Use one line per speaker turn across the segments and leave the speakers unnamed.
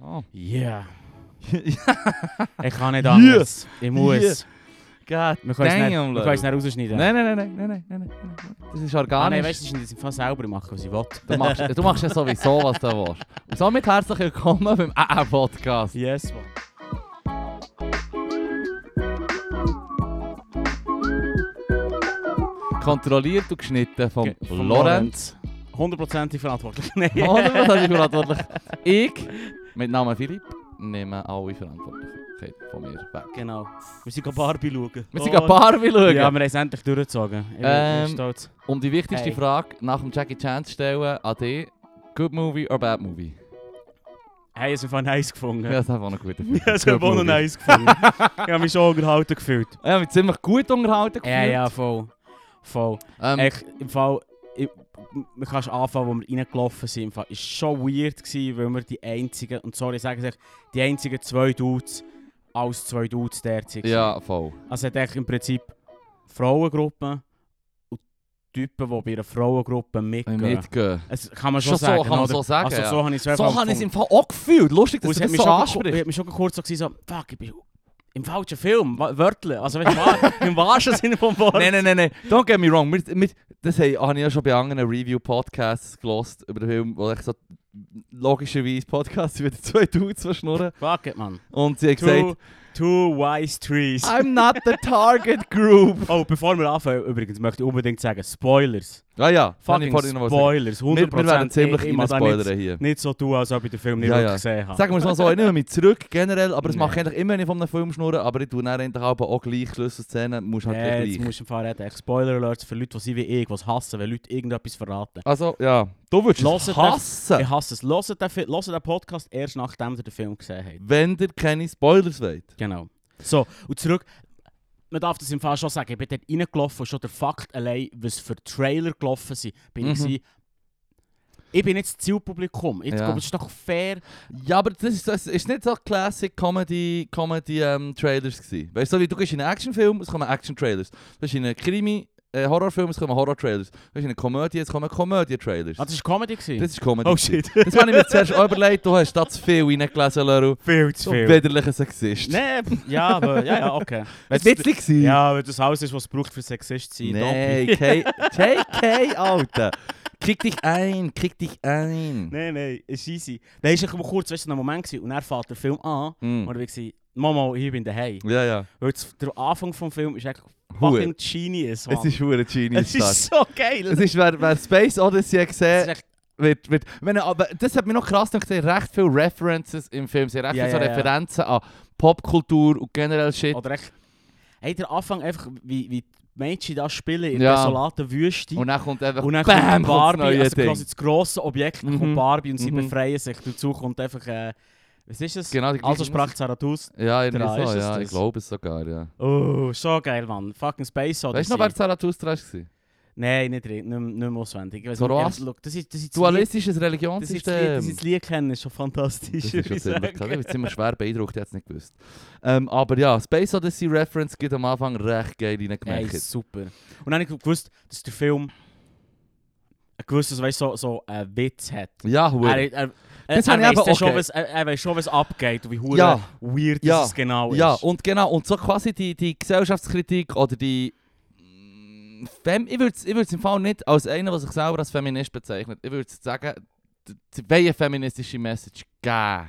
Oh.
Yeah. ich kann nicht anders. Ich muss.
Yeah. God
Wir können es nicht-
damn,
wir können es
Leute.
nicht rausschneiden.
Nein, nein, nein, nein, nein, nein, nein, nein, nein. Das ist organisch.
Ah, nein, weißt du, das ist in Fall selber machen, was ich will.
du, machst, du machst ja sowieso, was du willst. Und somit herzlich willkommen beim AA-Podcast.
Yes, man.
Kontrolliert und geschnitten von, Lorenz.
100%ig verantwortlich. Nein.
Oder Oh, was ich verantwortlich? Ich, mit Namen Philipp, nehme alle Verantwortlichkeit von mir weg.
Genau. Wir sind gerade Barbie schauen.
Wir sind gerade Barbie
Ja,
schauen.
wir haben es endlich durchgezogen. Ich bin- ich bin
Ähm,
stolz.
um die wichtigste
Hey.
Frage nach dem Jackie Chan zu stellen, an dich. Good Movie or Bad Movie?
Hey, es ist einfach nice gefunden.
Ja, das war auch noch gut.
Ja, es hat wohl nice gefunden. ich habe mich schon unterhalten gefühlt.
Ja, wir haben ziemlich gut unterhalten
Ja,
gefühlt.
ja, voll. Voll.
Ähm,
Echt, im Fall, ich, man kann schon anfangen, wo wir reingelaufen sind. Im Fall ist schon weird gewesen, weil wir die einzigen, und sorry, sagen sich, die einzigen zwei Dudes als zwei Dudes derzeit.
ja, voll.
Also es hat echt im Prinzip Frauengruppen und Typen, die bei einer Frauengruppe mitgehen.
eh, Mitgehen.
Es kann man schon,
Schon so,
sagen.
kann man
oder?
so sagen,
Also
ja.
so habe ich es
So habe ich es
im
im Fall auch gefühlt. Lustig, dass
es
du
hat
das
mich
so
schon, ange- ich
ansprichst.
hab mich schon kurz so, gewesen, so fuck, ich bin im falschen Film, wa- Wörtler. Also weißt du, wahr- im wahrsten Sinne vom Wort.
Nein, nein, nein, nein. Don't get me wrong. Wir, wir, das hei- habe ich ja schon bei anderen Review-Podcasts gelost über den Film, wo ich so logischerweise Podcasts über die zwei Dudes verschnurren.
Fuck it, man.
Und sie hat
Two,
gesagt,
two wise trees.
I'm not the target group.
Oh, bevor wir anfangen, übrigens möchte ich unbedingt sagen, Spoilers.
Ja, Ah ja. hab ich
Fucking
vorhin noch was gesagt.
Spoilers, 100%.
Wir, wir werden ziemlich
Ich- ich muss auch nicht,
reinspoilern hier.
nicht so tun, als ob ich den Film nicht
Ja,
wirklich
ja.
gesehen habe.
Sagen wir es mal so, ich nehme mich zurück generell, aber das
Nee.
mache ich eigentlich immer, wenn ich von einem Film schnurre, aber ich tue dann endlich auch, auch gleich Schlüsselszenen, musst halt
Ja,
gleich
jetzt
gleich.
musst du im Fall reden. Echt Spoiler Alerts für Leute, die sind wie ich, die es hassen, wenn Leute irgendetwas verraten.
Also, ja. Du würdest
Hört
es
den-
hassen,
Ich hasse es. Hört den, Fi- hört den Podcast erst nachdem ihr den Film gesehen habt.
wenn dir keine Spoilers wollt.
Genau. So, und zurück. Man darf das im Fall schon sagen, ich bin dort reingelaufen und schon der Fakt allein, was für Trailer gelaufen sind, bin
Mhm.
ich gewesen, ich bin nicht das Zielpublikum. Ich
Ja.
glaube, es ist doch fair.
Ja, aber das ist, das ist nicht so Classic Comedy, Comedy ähm, Trailers gewesen. Weißt du, so wie du gehst in einen Actionfilm, es kommen Action Trailers. Du gehst in einen Krimi, äh, Horrorfilm, es kommen Horror Trailers. Du gehst in eine Komödie, es kommen Komödie Trailers.
Ah, das war Comedy. Gewesen.
Das ist Comedy.
oh
gewesen.
shit.
Das habe ich mir zuerst auch überlegt, du hast da zu viel reingelesen, Leru.
viel zu
So
viel.
widerlicher Sexist.
Nee, ja, aber, ja, ja, okay.
Wenn's witzig gewesen.
Ja, weil das Haus ist, was es braucht für Sexist zu sein.
Nein,
Doppel.
K- JK, Alter. Krieg dich ein, krieg dich ein.
Nein, nein, ist easy. Da war ich mal kurz, weißt du, ein Moment gewesen, und dann fährt der Film an.
Mm.
Und dann war ich, Mama, ich bin daheim.
Ja, ja.
Weil das, der Anfang vom Film ist eigentlich
Hure.
fucking genius.
Es
Mann.
ist hure genius.
es ist so geil.
Es ist, wer, wer Space Odyssey
Es ist
gesehen
echt,
wird, wird wenn, er- aber das hat mir noch krass noch gesehen, recht viele References im Film, sie haben recht
Ja,
viele so
ja, ja.
Referenzen an Popkultur und generell Shit.
oder echt, hey, der Anfang einfach, wie, wie die Mädchen das spielen in
Ja.
der desolaten Wüste.
Und dann kommt einfach
Und dann
BAM,
kommt
kommt
Barbie,
das neue
also
Ding.
quasi das grosse Objekt, dann
Mhm.
kommt Barbie und sie
Mhm.
befreien sich. Dazu kommt einfach, äh, was ist das?
Genau, die
also
gleiche
sprach Zarathustra.
Ja, irgendwie
Dran
so,
ist es
ja, ich
das.
glaube es sogar, ja.
Oh, so geil, Mann. Fucking Space Odyssey.
Weißt du noch, wer Zarathustra war?
Nein, nicht, nicht, nicht, nicht mehr auswendig. Ich weiss
Zoroast-
nicht, ehrlich, look, das ist, das ist das Lied-
Dualistisches
das ist das Lied,
Religionssystem.
das ist das Lied kennen, ist schon fantastisch.
Das ist schon
würde ich
ziemlich,
sagen.
krass. ich bin ziemlich schwer beeindruckt, ich hätte es nicht gewusst. Ähm, aber ja, Space Odyssey Reference gibt am Anfang recht geil
Ey,
reingemerkt.
super. Und dann habe ich gewusst, dass der Film ein gewisses, weißt, so, so einen Witz hat.
Ja, hure.
Er, er, er,
Das
er,
habe ich
weiss
eben
dann
auch
schon,
geil.
was, er, er weiss schon, was abgeht und wie hure
Ja.
weird
Ja.
das es genau
Ja,
ist.
und genau, und so quasi die, die Gesellschaftskritik oder die. mm, Fem ich würde es ich würd's im Fall nicht als einer, der sich selber als Feminist bezeichnet. Ich würde sagen, d- d- wenn eine feministische Message geben.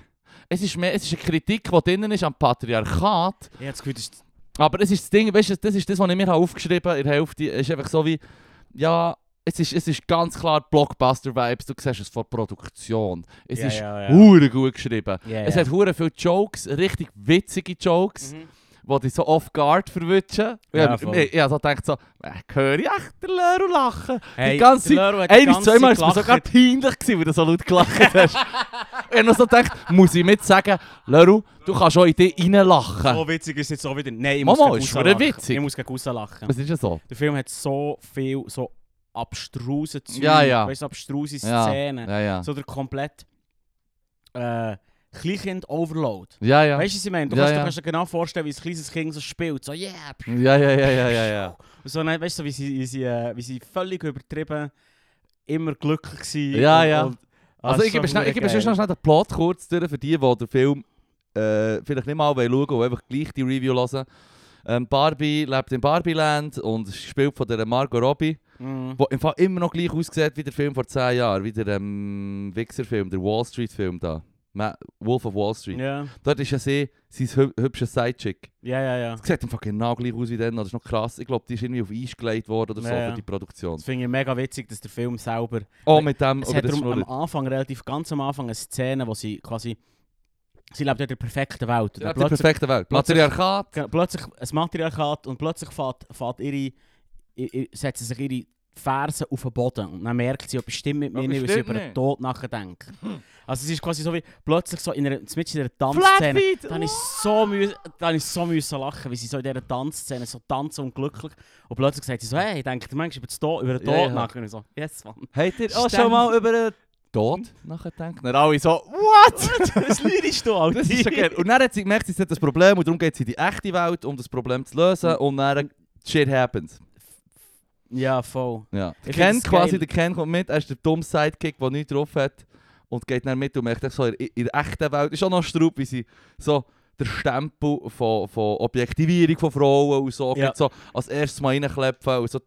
Es ist, mehr, es ist eine Kritik, die drinnen ist am Patriarchat.
Ich habe das Gefühl, das ist
Aber es ist das Ding, weißt du, das ist das, was ich mir habe aufgeschrieben habe in der Hälfte. Es ist einfach so wie, ja, es ist, es ist ganz klar Blockbuster-Vibes. Du siehst es von der Produktion. Es
Ja,
ist
ja, ja.
hure gut geschrieben.
Ja,
Es
ja. Mhm.
hat hure viele Jokes, richtig witzige Jokes, die dich so off-guard verwischen.
Ja,
ich,
voll.
ich, ich habe so gedacht, so, äh, höre ich echt den Lero lachen?
Hey,
die ganze
der Leru hat die
ein bis
ganze
zweimal
Zeit
war es mir sogar
gelacht.
peinlich, gewesen, weil du so laut gelacht hast. ich habe noch so gedacht, muss ich mit sagen, Leru, du kannst auch in dich reinlachen.
So witzig ist es jetzt auch wieder. Nein, Oh, ich
Mama,
muss gegen
ist verdammt
rauslachen.
witzig.
Ich muss gegen rauslachen.
Es ist ja so.
Der Film hat so viel so abstruse Zeug,
Ja, ja.
weißt du, abstruse
Ja,
Szenen.
Ja, ja.
So der komplett äh, Kleinkind-Overload.
Ja, ja.
Weißt du, was ich meine? Du,
Ja,
kannst,
ja.
du kannst dir genau vorstellen, wie ein kleines Kind so spielt. So, yeah! pff.
Ja, ja, ja, ja,
Ah,
ja, ja.
Und so, nein, weißt du, so, wie sie, wie, sie, äh, wie sie völlig übertrieben immer glücklich waren.
Ja,
und, ah,
ja.
Und
Also ich gebe schnell, ich gebe schon schnell den Plot kurz durch, für die, die den Film äh, vielleicht nicht mal schauen wollen, und einfach gleich die Review hören. Ähm, Barbie lebt in Barbieland und es spielt von der Margot Robbie,
Mhm.
die im Fall immer noch gleich aussieht wie der Film vor 10 Jahren, wie der ähm, Wichser-Film, der Wall Street-Film da. Ma Wolf of Wall Street.
Ja,
Dort ist ja sie, sein hü hübscher Sidechick.
ja, ja. ja.
Es sieht einfach genau nou gleich aus wie dann, das ist noch krass. Ich glaube, die ist irgendwie auf Eis gelegt worden oder so
Ja, ja.
für die Produktion.
Das finde ich mega witzig, dass der Film selber
Oh, mit dem,
Es
über
hat
das
darum am
Schnurren.
Anfang, relativ ganz am Anfang, eine Szene, wo sie quasi. Sie lebt in der perfekten Welt. Und
Ja,
dann
die
plötzlich,
perfekte Welt.
plötzlich-
Patriarchat.
genau, plötzlich ein Matriarchat und plötzlich fährt, fährt ihre, i- i- setzen sich ihre Fersen auf den Boden. Und dann merkt sie, ob es stimmt mit
Ja,
mir nicht, weil sie
bestimmt
über den
nicht. Hm.
Tod nachdenkt. Also, es ist quasi so wie plötzlich so in einer, mitten in einer Tanzszene. Dann ist
Oh!
so müß, dann ist so müssen lachen, wie sie so in dieser Tanzszene so tanzen und glücklich. Und plötzlich sagt sie so, hey, denkt manchmal über den Tod, über den Tod
Ja, ja.
nach. Und ich so, yes, Mann.
Habt ihr auch
Stimmt.
schon mal über den Tod nachgedacht? Dann alle so, what?
Was lyrst du, Alter?
Das ist ja geil. Und dann hat sie gemerkt, sie hat das Problem und darum geht sie in die echte Welt, um das Problem zu lösen und dann shit happens.
Ja, voll.
Ja.
Ich find
Der Ken
das
quasi,
geil.
der Ken kommt mit, er ist der dumme Sidekick, der nichts drauf hat und geht dann mit und merkt echt so, in, in der echten Welt ist auch noch Straub, wie sie so der Stempel von, von Objektivierung von Frauen und so,
Ja.
geht so als erstes mal reinklepfen und so,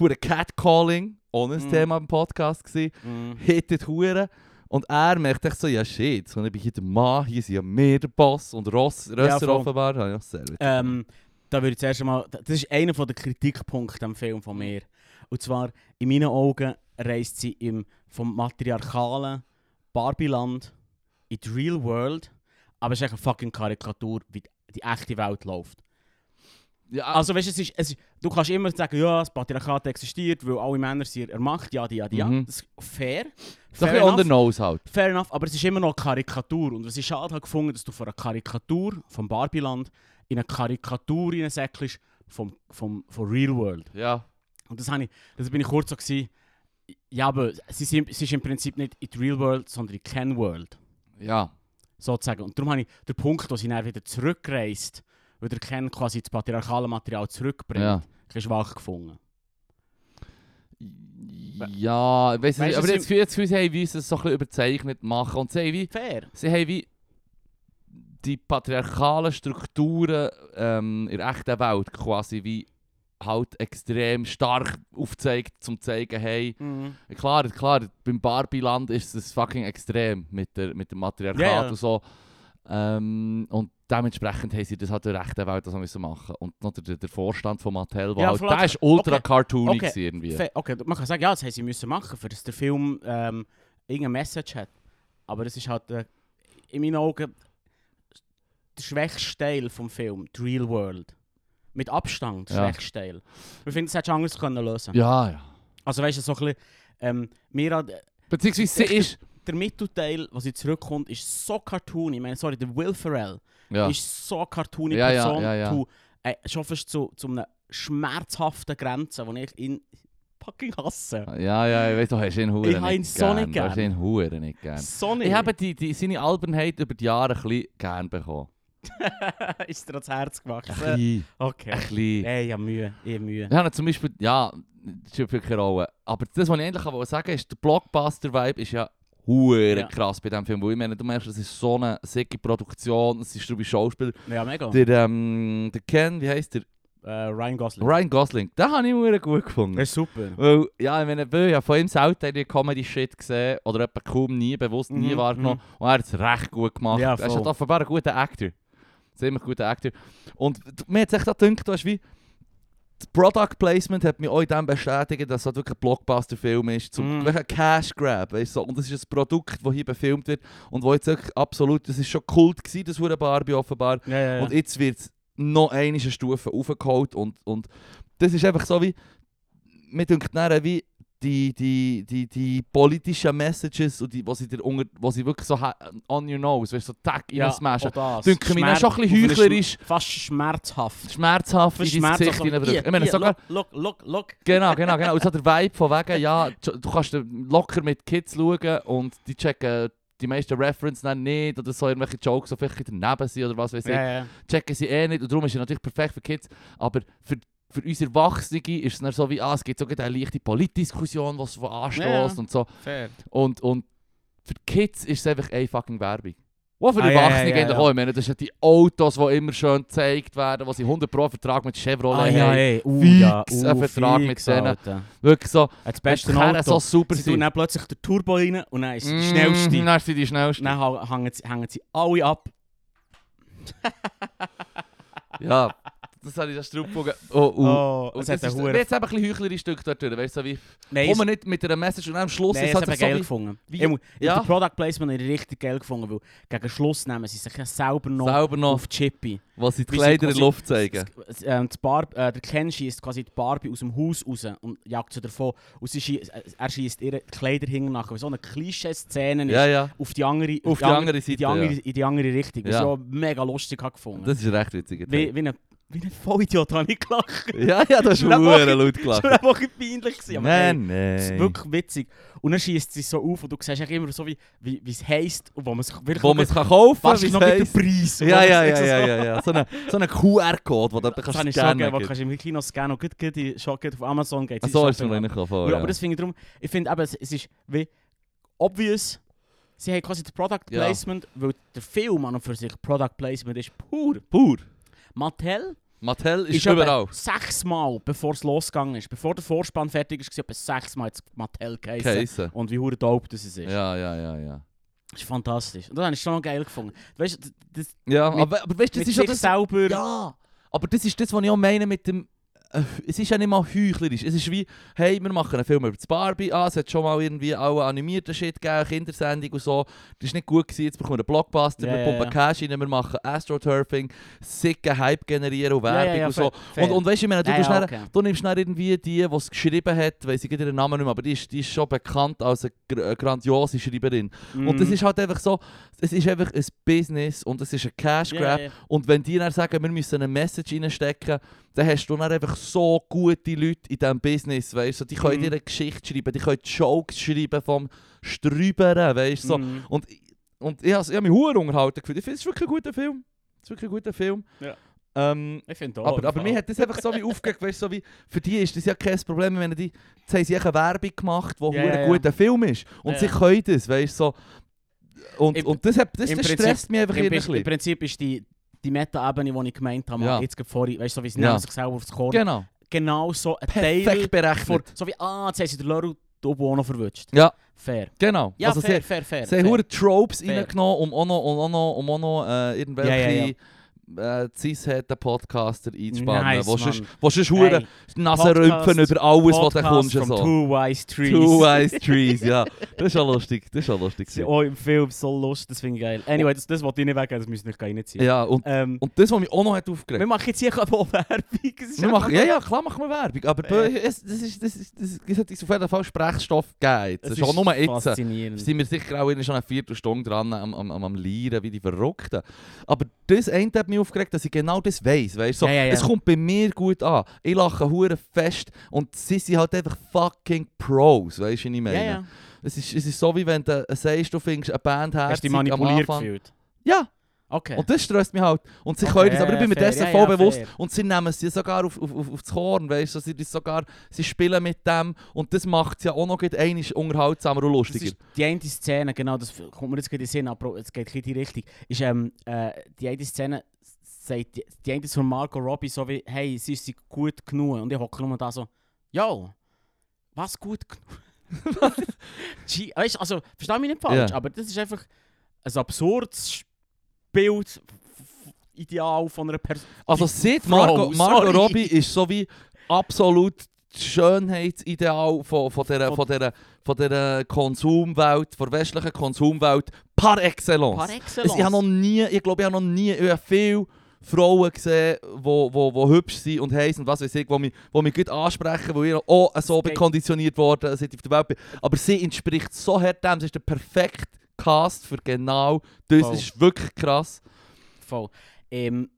hure Catcalling, ohne ein
Mhm.
Thema im Podcast gewesen. hittet Huren. Und er merkt echt so, ja shit, so, ich bin hier der Mann, hier sind ja mehr der Boss und Ross, Rösser
voll.
offenbar. Ja, ja, sehr witzig.
Ähm, da würde ich zuerst mal. Das ist einer der Kritikpunkte am Film von mir. Und zwar, in meinen Augen reist sie im, vom matriarchalen Barbieland in die Real World, aber es ist echt eine fucking Karikatur, wie die- die echte Welt läuft.
ja,
Also weißt du, es ist, es ist, du kannst immer sagen, ja, das Patriarchat existiert, weil alle Männer sind ermacht, ja, die, ja, die, ja.
Mhm.
Das ist fair.
so ein
Fair
bisschen on the
enough.
nose halt.
Fair enough, aber es ist immer noch eine Karikatur. Und was ich schade habe gefunden, dass du von einer Karikatur vom Barbieland in eine Karikatur hineinsäckelst vom, vom, vom Real World.
Ja.
Und das, habe ich, das bin ich kurz so gewesen. Ja, aber sie, sind, sie ist im Prinzip nicht in die Real World, sondern in die Ken World.
Ja.
Sozusagen. Und darum habe ich den Punkt, wo sie dann wieder zurückreist, weil der Ken quasi das patriarchale Material zurückbringt,
Ja.
ein schwach gefunden.
Ja, ich
Weißt
weiss nicht,
du,
aber
sie-
jetzt Gefühl, das Gefühl, sie haben wie uns das so ein bisschen überzeichnet machen und sie haben wie,
Fair.
sie haben wie die patriarchalen Strukturen ähm, in der echten Welt quasi wie halt extrem stark aufzeigt, zum zu zeigen, hey, Ja, Klar, klar, beim Barbie-Land ist es fucking extrem mit, der, mit dem Matriarchat
Ja, ja.
und so. Ähm, und dementsprechend haben sie das halt in der rechten Welt das auch müssen machen Und noch der, der Vorstand von Mattel war
Ja,
halt,
vielleicht-
der ist ultra
okay.
cartoony
Okay.
gewesen irgendwie.
Fe- Okay, man kann sagen, ja, das haben sie müssen machen, für dass der Film ähm, irgendeine Message hat. Aber das ist halt äh, in meinen Augen der schwächste Teil vom Film, die Real World. Mit Abstand der
Ja.
schwächste Teil. Wir finden, das hättest du anders können lösen.
Ja, ja.
Also weißt du, so ein bisschen, ähm, mir hat,
Beziehungsweise sie ist...
der Mittelteil, was sie zurückkommt, ist so cartoony. Ich meine, sorry, der Will Ferrell
Ja,
ist so eine cartoony
Ja, ja,
Person.
ja, ja.
Du, äh, schon fast zu, zu einer schmerzhaften Grenze, die ich ihn fucking hasse.
ja, ja ich weiss, du hast ihn
Ich
Huren
habe ihn
nicht
so
gern.
nicht
Du hast
gern.
ihn Huren nicht gern.
Sonny!
Ich habe die, die, seine Albernheit über die Jahre ein bisschen gern bekommen.
ist dir ans Herz
Ein
gewachsen.
bisschen. Ein
Okay.
bisschen.
Ey, ich habe Mühe, ich habe Mühe.
Ja, nou, zum Beispiel, ja, das spielt wirklich keine Rolle. Aber das, was ich endlich aber sagen wollte, ist, der Blockbuster-Vibe ist ja hure
Ja.
krass bei diesem Film. Weil ich meine, du merkst, es ist so eine sicke Produktion, es ist drüber Schauspieler.
Ja, mega.
Der, ähm, der Ken, wie heißt der?
Äh, Ryan Gosling.
Ryan Gosling, den habe ich hure gut
Der
gefunden.
ist super.
Weil, ja, ich meine, weil ich habe von ihm selten die Comedy-Shit gesehen oder etwa kaum nie, bewusst nie
Mhm,
wahrgenommen. Und er hat es recht gut gemacht.
Ja,
er ist
voll.
halt offenbar ein guter Actor. Ziemlich guter Actor. Und d- mir hat es echt auch gedacht, du hast wie... Das Product Placement hat mich auch in dem bestätigt, dass es halt wirklich ein Blockbuster-Film ist. Zum
Mhm.
wirklich ein Cash Grab, weißt du. so. Und das ist ein Produkt, das hier befilmt wird. Und wo jetzt wirklich absolut... Das ist schon Kult gewesen, das Hure Barbie offenbar.
Ja, ja, ja.
Und jetzt wird es noch eine Stufe aufgeholt und, und das ist einfach so wie, mir denkt wie die, die, die, die politischen Messages, und die, was, sie dir unter, was sie wirklich so ha- on your nose, weißt du, so tack
ja,
reinsmashen,
auch das.
Dünkt mich dann
Schmerz-
schon ein
auf
bisschen
eine
heuchlerisch.
Schm- Fast schmerzhaft.
schmerzhaft in dein
Schmerzhaft,
Gesicht
aber
hineindrücken.
hier,
Ich meine,
hier,
sogar,
Look, look, look.
genau, genau, genau. Und so der Vibe von wegen, ja, du du kannst locker mit Kids schauen und die checken die meisten References dann nicht oder so irgendwelche Jokes, die vielleicht daneben sind oder was weiß ich.
Ja, ja.
checken sie eh nicht und darum ist er natürlich perfekt für Kids, aber für, für uns Erwachsene ist es dann so wie, ah, es gibt sogar eine leichte Politdiskussion, die es anstößt
Ja, ja.
und so
Fair.
und, und für die Kids ist es einfach eine fucking Werbung. Wo für die
Ah, ja, ja,
Erwachsenen
ja,
gehen doch
ja.
auch. Ich meine, das sind die Autos, die immer schön gezeigt werden, wo sie 100 Pro Vertrag mit Chevrolet haben.
ey. Uh,
Fix
ja,
ein
uh,
Vertrag
fix,
mit denen.
Alter.
Wirklich so,
Das
wenn
beste
die Karren
Auto.
so super
sie tun
sind.
dann plötzlich den Turbo rein und dann ist sie die
Mm,
schnellste.
Dann ist sie die schnellste.
Dann ha- hängen sie, hängen sie alle ab.
Ja, das habe ich das Straubbogen. Oh, oh.
Oh,
Und
es
das
hat
ist
einen
jetzt eben ein bisschen heuchlerisch Stück dort drin, weißt du, so wie...
Nein,
Komm nicht mit einer Message und am Schluss
Nein,
ist
ich
es
habe
halt so
geil
wie...
gefunden.
wie-
ich muss,
ja.
ja. Den Product Placement habe ich richtig geil gefunden, weil gegen Schluss nehmen sie sich ja selber noch
Selber noch,
auf Chippy.
was sie die
wie sie
Kleider in
quasi-
die Luft zeigen.
Das, ähm, das Barb, äh, der Ken schießt quasi die Barbie aus dem Haus raus und jagt sie davon. Und sie schießt, äh, er schießt ihre Kleider hinten nach. So eine Klischee-Szene ist
Ja, ja,
auf die andere,
Auf die andere
in die
Seite,
andere, in die andere Richtung.
Ja.
Was ich auch mega lustig habe gefunden
das ist recht witzig.
Wie, wie, ein, wie ein Vollidiot habe ich gelacht.
Ja, ja, das ist
Schon eine
verdammt
Woche-
laut
Das
gelacht.
war einfach ein bisschen peinlich. gewesen, aber ey,
Nein,
Das ist
nein.
wirklich witzig. Und dann schießt sie so auf und du siehst eigentlich immer so, wie, wie wie es heisst und wo man es wirklich
Wo
noch
man es
mit-
kann kaufen
fast
wie es
noch mit dem
heisst.
Preis.
Ja, ja, ja, ja, ja, ja. So einen so eine QR-Code, den du dort
Das
kannst
kann ich sagen,
scannen
wo
kannst.
kannst du im Kino scannen und gut, gut, in- schon gut auf Amazon geht
Ach so, ist es noch reingekommen.
Aber,
voll, ja.
aber das finde ich darum, ich finde eben, es, es ist wie obvious, sie haben quasi das Product
Ja.
Placement, weil der Film an und für sich Product Placement ist pur.
Pur.
Mattel
Mattel ist,
ist etwa
überall.
sechsmal, bevor es losgegangen ist, bevor der Vorspann fertig ist, war etwa sechsmal hat es Mattel geheißen.
Käse.
Und wie hure dope das es ist.
Ja, ja, ja, ja.
Das ist fantastisch. Und das habe ich schon noch geil gefunden. Weißt du, das,
Ja,
Mit-
aber, aber weißt du,
das
das
mit
ist
sich
schon das...
selber...
Ja, aber das ist das, was ich auch meine mit dem. äh, Es ist ja nicht mal heuchlerisch. Es ist wie, hey, wir machen einen Film über das Barbie. Ah, es hat schon mal irgendwie auch animierten Shit gegeben, Kindersendung und so. Das war nicht gut, gewesen. jetzt bekommen wir einen Blockbuster,
Ja,
wir
ja,
pumpen
ja.
Cash rein, wir machen Astroturfing, sicken Hype generieren und Werbung und so.
fair,
Und, und weißt du, ich meine, du,
fair.
tust
ja, ja,
dann-
okay.
du nimmst dann irgendwie die, die es geschrieben hat, weiss ich ihren Namen nicht mehr, aber die ist, die ist schon bekannt als eine gr eine grandiose Schreiberin.
Mm.
Und
Mhm.
das ist halt einfach so, es ist einfach ein Business und es ist ein Cash Grab.
Ja, ja.
Und wenn die dann sagen, wir müssen eine Message reinstecken, dann hast du dann einfach so gute Leute in diesem Business, weißt du? Die können
Mhm.
dir eine Geschichte schreiben, die können Jokes schreiben vom Strüberen, weißt du? So.
Mhm.
Und, und ich habe ich hab mich hure unterhalten gefühlt. Ich finde, es ist wirklich ein guter Film. Es ist wirklich ein guter Film.
Ja.
Ähm,
Ich finde auch.
aber aber mir hat das einfach so wie aufgegeben, weißt du, so wie, für die ist das ja kein Problem, wenn die, jetzt haben sie echt eine Werbung gemacht, die
Ja,
hure
ja, ja.
guter Film ist. Und
Ja,
sie
ja.
können das, weißt du, so. Und,
Im-
und das, hat, das,
im
das
Prinzip-
stresst mich einfach
Im,
immer ein
Prinzip- Im
bisschen.
Prinzip ist die, die Meta-Ebene, die ich gemeint habe,
Ja.
jetzt gerade vorhin, weißt du, so wie sie
Ja.
nehmen sich selber aufs Korn.
Genau.
Genau so ein Teil
Perfekt berechnet.
von... So wie, ah, jetzt haben sie den Lörl oben auch noch verwünscht.
Ja.
Fair.
Genau.
Ja,
also
fair,
sehr,
fair, fair.
sehr
fair.
hure Tropes
Fair.
reingenommen, um auch noch, um auch noch, um auch noch äh, irgendwelche
Ja, ja,
Äh, Cis-Head-Podcaster einzuspannen.
Nice,
wo sonst-
Mann.
wo sonst hure
Hey,
Nasenrümpfen
Podcast-
über alles, was du
Podcast
kommst. und
from
So.
Two Wise Trees.
Two Eyes Trees, ja. Das ist ja lustig, das ist ja lustig.
Sie- Oh, im Film, so lustig, das finde ich geil. Anyway, dus- das, das wollte ich nicht weggeben, das müsst ihr nicht reinziehen.
Ja, und,
Ähm,
und das, was mich auch noch hat
wir
aufgeregt
machen jetzt hier keine Werbung. es ist
wir
einfach-
machen, ja, ja, klar machen wir Werbung, aber
Äh.
es, das ist, das ist, das, das hat uns auf jeden Fall Sprechstoff gegeben.
Es
Das ist auch nur jetzt.
faszinierend.
sind wir sicher auch in schon eine Viertelstunde dran am, am, am, am Lieren wie die Verrückten. Aber das eine hat mich aufgeregt, dass ich genau das weiss. Weißt? So,
Ja, ja, ja.
Es kommt bei mir gut an. Ich lache hure fest und sie sind halt einfach fucking Pros, weißt du, wie ich meine?
ja, ja.
Es, ist, es ist so, wie wenn du sagst, du findest eine Band herzig
Hast du dich
am
manipuliert
Anfang.
gefühlt?
Ja,
Okay.
und das stresst mich halt. Und sie
Okay,
können das,
ja,
aber ich bin mir
ja, fair,
dessen
ja,
voll
ja,
bewusst.
fair.
Und sie nehmen es ja sogar auf, auf, auf, aufs Korn, weißt du? Sie, das sogar, sie spielen mit dem und das macht es ja auch noch einiges unterhaltsamer und
das
lustiger.
ist Dus die eine Szene, genau, das kommt mir jetzt gerade in den Sinn, aber es geht ein bisschen in die Richtung. Ist, ähm, äh, die eine Szene sagt, die, die eine ist von Marco Robbie so wie, hey, sie ist sie gut genug. Und ich hocke nur da so, yo, was gut genug? Gee, weißt, du, also, versteh mich nicht falsch,
Ja.
aber das ist einfach ein absurdes Bild, f- f- Ideal von einer Person.
Also seit
Frau,
Marco, Marco
sorry.
Robbie ist so wie absolut das Schönheitsideal von, von, dieser,
Von-
von, dieser, von dieser Konsumwelt, von der westlichen Konsumwelt par excellence.
Par
Es,
excellence.
ich habe noch nie, ich glaube, ich habe noch nie ich habe viele Frauen gesehen, die wo, wo, wo hübsch sind und heiß und was weiß ich, die mich, wo mich gut ansprechen, weil ich auch so bin
geht-
konditioniert worden, seit ich auf der Welt bin. Aber sie entspricht so hart dem, sie ist der perfekte Cast für genau das.
Voll.
Es ist wirklich krass.
Voll. Ähm,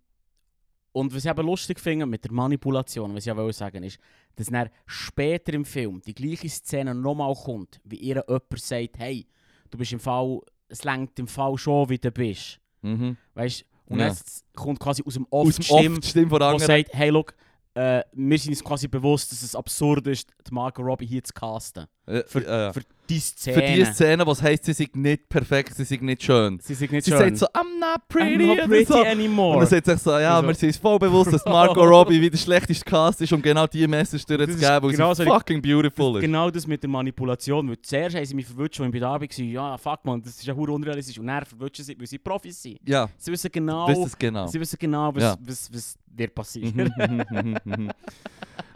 und was ich eben lustig finde mit der Manipulation, was ich auch sagen ist, dass dann später im Film die gleiche Szene nochmal kommt, wie ihr jemand sagt, hey, du bist im Fall, es längt im Fall schon, wie du bist.
Mhm.
Weißt du? Und
Ja.
jetzt kommt quasi aus dem
Aus
Off die
dem
Stimme,
Off, die Stimme von
die
anderen.
sagt, hey, look, äh, wir sind uns quasi bewusst, dass es absurd ist, die Marco Robbie hier zu casten.
Ja,
Für-
ja, ja.
Für die
Für die
Szene.
Szene, was heisst, sie sind nicht perfekt, sie sind nicht schön.
Sie sind nicht
Sie
schön.
sagt so, I'm not pretty.
I'm not
oder
pretty
so. Und
anymore.
dann sagt sie so, ja,
Also-
wir sind uns voll bewusst, dass Margot Robbie wieder schlechteste Cast ist, um genau diese Message
ist
durchzugeben, weil
genau so
sie
die-
fucking beautiful ist.
Genau das mit der Manipulation. Weil zuerst haben sie mich verwirrt, schon ich da war. Ja, fuck man, das ist ja hure unrealistisch. Und dann verwirrt sie, weil sie Profis sind.
Ja,
Sie wissen genau,
wisst es genau.
sie wissen genau was,
Ja.
was, was dir passiert.
Mhm, mhm, mhm, mhm.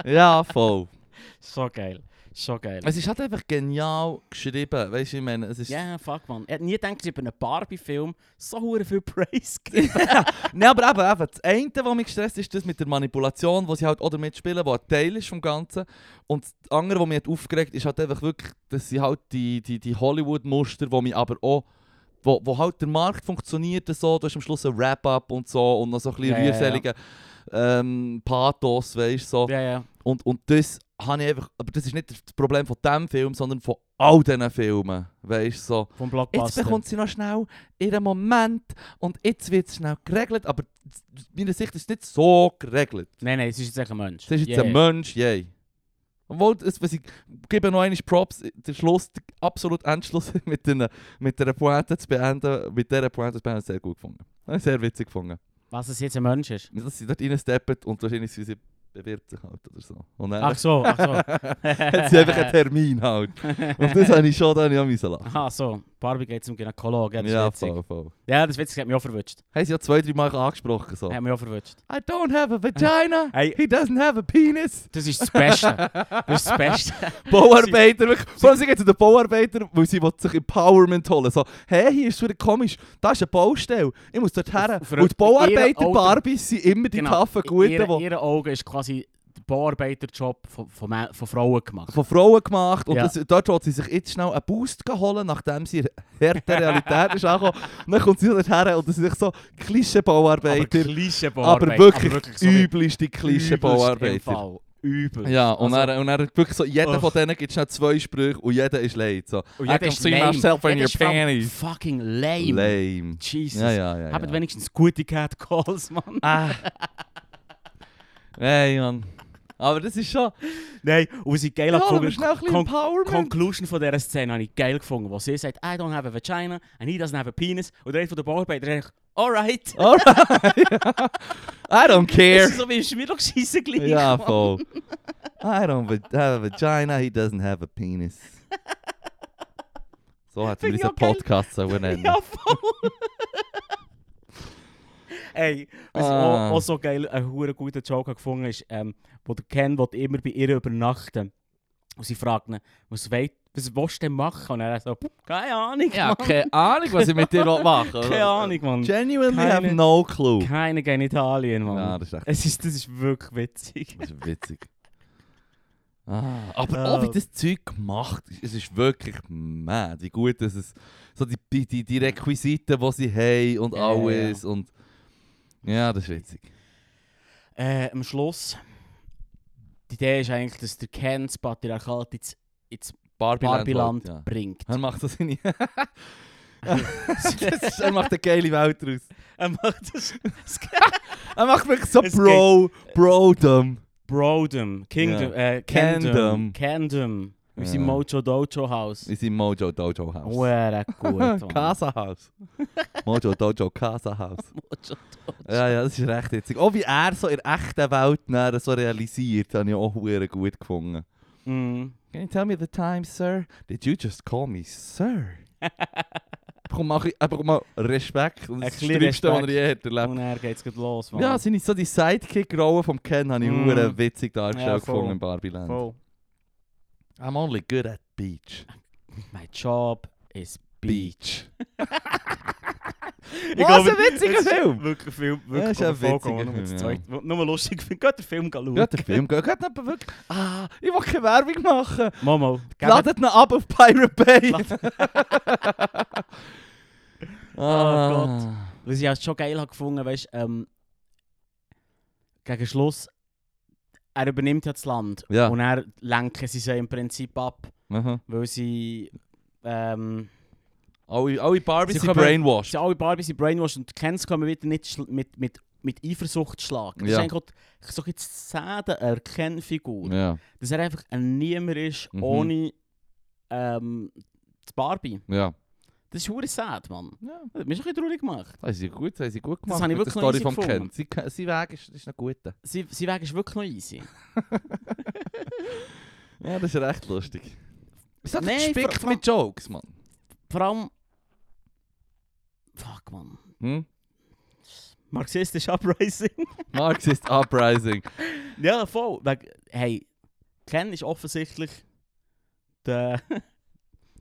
ja, voll.
so geil. So geil.
Es ist halt einfach genial geschrieben. Weißt du, ich meine, es ist.
Ja, fuck man. Er hat nie gedacht, dass ich bei einem Barbie-Film so hure viel Praise gibt.
Nein, aber eben, eben, das eine, was mich gestresst ist, das mit der Manipulation, die sie halt auch damit spielen, die ein Teil ist vom Ganzen. Und das andere, was mich hat aufgeregt ist halt einfach wirklich, dass sie halt die, die, die Hollywood-Muster, die mich aber auch, wo, wo halt der Markt funktioniert so, du hast am Schluss ein Wrap-Up und so und noch so ein bisschen
Ja, ja, ja.
rührseligen ähm, Pathos, weißt du, so.
ja, ja.
Und, und das habe ich einfach, aber das ist nicht das Problem von diesem Film, sondern von all diesen Filmen, weißt du, so.
Vom
Jetzt
Blockbuster.
bekommt sie noch schnell ihren Moment und jetzt wird es schnell geregelt, aber z- aus meiner Sicht ist es nicht so geregelt.
Nein, nein, es ist jetzt echt ein Mensch.
Es ist jetzt
Yeah.
ein Mensch, yay. Obwohl, es, was ich gebe noch einmal Props, der Schluss, der absolute Endschluss mit, den, mit der Pointe zu beenden, mit dieser Pointe zu beenden, sehr gut gefunden. Habe ich Sehr witzig gefunden.
Was es jetzt ein Mensch ist.
Dass sie dort reinsteppen und wahrscheinlich sie bewirbt sich halt oder so. Und dann
Ach so, ach so.
hat sie einfach einen Termin halt. Und das habe ich schon dann ja müssen lachen.
Aha, so. Barbie geht zum Gynäkologen. Ja, das
Ja,
ist witzig.
voll, voll.
Ja, das ist witzig, hat mich auch verwünscht.
Haben sie ja zwei, drei Mal angesprochen so.
Hat mich auch verwünscht.
I don't have a vagina.
Hey.
He doesn't have a penis.
Das ist das Beste. Das ist das Beste.
Bauarbeiter. wirklich. Vor allem, sie gehen zu den Bauarbeitern, weil sie will sich Empowerment holen So, hey, hier ist es wieder komisch. Da ist eine Baustelle. Ich muss dort her.
Auf- für-
Und die
ihre Auto-
Bauarbeiter-Barbies sind immer die taffen Guten,
In ihre-
die
ihren Augen ist quasi der Bauarbeiterjob von, von, Mä- von Frauen gemacht.
von Frauen gemacht. Und
Ja.
das, dort will sie sich jetzt schnell einen Boost holen, nachdem sie in harte Realität ist angekommen. Und dann kommt sie dort her und das sind so Klischee-Bauarbeiter.
Klischee-Bauarbeiter.
Aber, wirklich,
so wie
übelste
übelst im
Klischee-Bauarbeiter.
Fall. Übel.
Ja, und
Also-
dann, und dann wirklich so, jeder
Ugh.
von denen gibt schnell zwei Sprüche und jeder ist lame. So,
Und
I
jeder
can
ist
see
Oh, lame.
myself in
Jeder
your
ist vor allem
panties.
Fucking lame.
lame.
Jesus.
Ja, ja, ja.
Habt
ja.
wenigstens gute Cat Calls, Mann.
Ah. Hey, Mann. Aber das ist schon...
Nein, und was ich geil
Ja, aber
gefunden
schnell ein bisschen
Kon-
nou Empowerment.
Conclusion von dieser Szene habe ich geil gefunden, wo sie sagt, I don't have a vagina, and he doesn't have a penis. Und der Rest von der Bauarbeiter sagt, alright.
Alright. Oh, I don't
Das
care.
ist so wie, ist mir doch scheisse gleich.
ja, voll. I don't va- have a vagina, he doesn't have a penis. So hat wir
Finde ich
diesen
auch geil.
Podcast so nennen.
Ja, voll. Ey, was
Ah.
ich auch, auch so geil, einen hure guten Joke habe gefunden ist, ähm, wo der Ken will immer bei ihr übernachten Und sie fragt ihn, was, wei- was willst du denn machen? Und er so, keine Ahnung,
Ja,
Mann.
keine Ahnung, was ich mit dir machen will.
keine Ahnung, Mann.
Genuinely have
Keine-
no clue.
Keine Genitalien, Mann.
Ja, das ist echt
Es ist, das ist wirklich witzig.
Das ist witzig. Ah, aber
Ja.
auch wie das Zeug gemacht ist, es ist wirklich mad, wie gut dass es so die, die, die, die Requisiten, die sie haben und
Ja, ja, ja.
alles und ja, das ist witzig.
Äh, am Schluss, die Idee ist eigentlich, dass der Ken das Patriarchat ins, ins Barbieland
Ja.
bringt.
Er macht das nicht. er macht eine geile Welt draus.
er macht das. das
Er macht wirklich so
Es
Bro, Brodom.
Brodom, Kingdom, äh, Kendom,
Kendom.
Kendom, unser
Ja.
Mojo Dojo House.
In seinem Mojo Dojo House.
Hure gut, Mann.
Casa House. Mojo Dojo Casa House.
Mojo
Ja, ja, das ist recht witzig. Auch wie er so in der echten Welt dann so realisiert, habe ich auch sehr gut gefunden.
Mm.
Can you tell me the time, sir? Did you just call me sir? Bekommt man, ein bisschen- er bekommt mal Respekt. Und
Ein
das ist
bisschen
das Schlimmste, was er
Respekt.
je hat erlebt.
Und er geht's gleich los, Mann.
Ja, seine, so die Sidekick-Rolle vom Ken habe ich
Mm.
sehr witzig
Ja,
dargestellt
voll.
gefunden in Barbie Land.
voll.
I'm only good at beach.
My job is Beach.
Beach.
Ich
Was ein
glaube,
witziger
das ist
Film!
Wirklich ein Film,
Ja,
wirklich
ist ein
aber vollkommen
witziger
nur das
Film,
Zweite. Nur lustig, ich finde, den Film schauen.
Ja, der Film geht. Geht nicht wirklich. Ah, ich will keine Werbung machen.
Momo,
Ladet ihn ab auf Pirate Bay. Oh
Ah. Was ich auch schon geil habe gefunden, weißt ähm, gegen Schluss, er übernimmt ja das Land
Ja.
und er lenken sie sie im Prinzip ab,
Aha.
weil sie, ähm,
Alle, alle Barbies
Sie
sind
kommen-
brainwashed.
sie alle Barbies sind brainwashed und Kens kommen wieder nicht schl- mit, mit, mit Eifersucht schlagen. Das
Ja.
ist eigentlich auch so jetzt Säden er Ken-Figur,
Ja.
dass er einfach ein Niemand ist,
Mhm.
ohne ähm, das Barbie.
Ja.
Das ist hure sad, Mann.
ja.
Das hat mich ein bisschen traurig gemacht.
Das haben sie gut, das haben sie gut gemacht.
habe ich
mit der
wirklich noch
Story
easy
vom Ken.
gefunden.
Sie, sein Weg ist, ist noch gut.
Sein sein Weg ist wirklich noch easy.
Ja, das ist recht lustig. Es hat
Nein, vor-
gespickt
vor-
mit Jokes, Mann.
Vor allem... Fuck, Mann.
Hm?
Marxistisch Uprising.
Marxist Uprising.
ja, voll. Wegen- Hey, Ken ist offensichtlich der,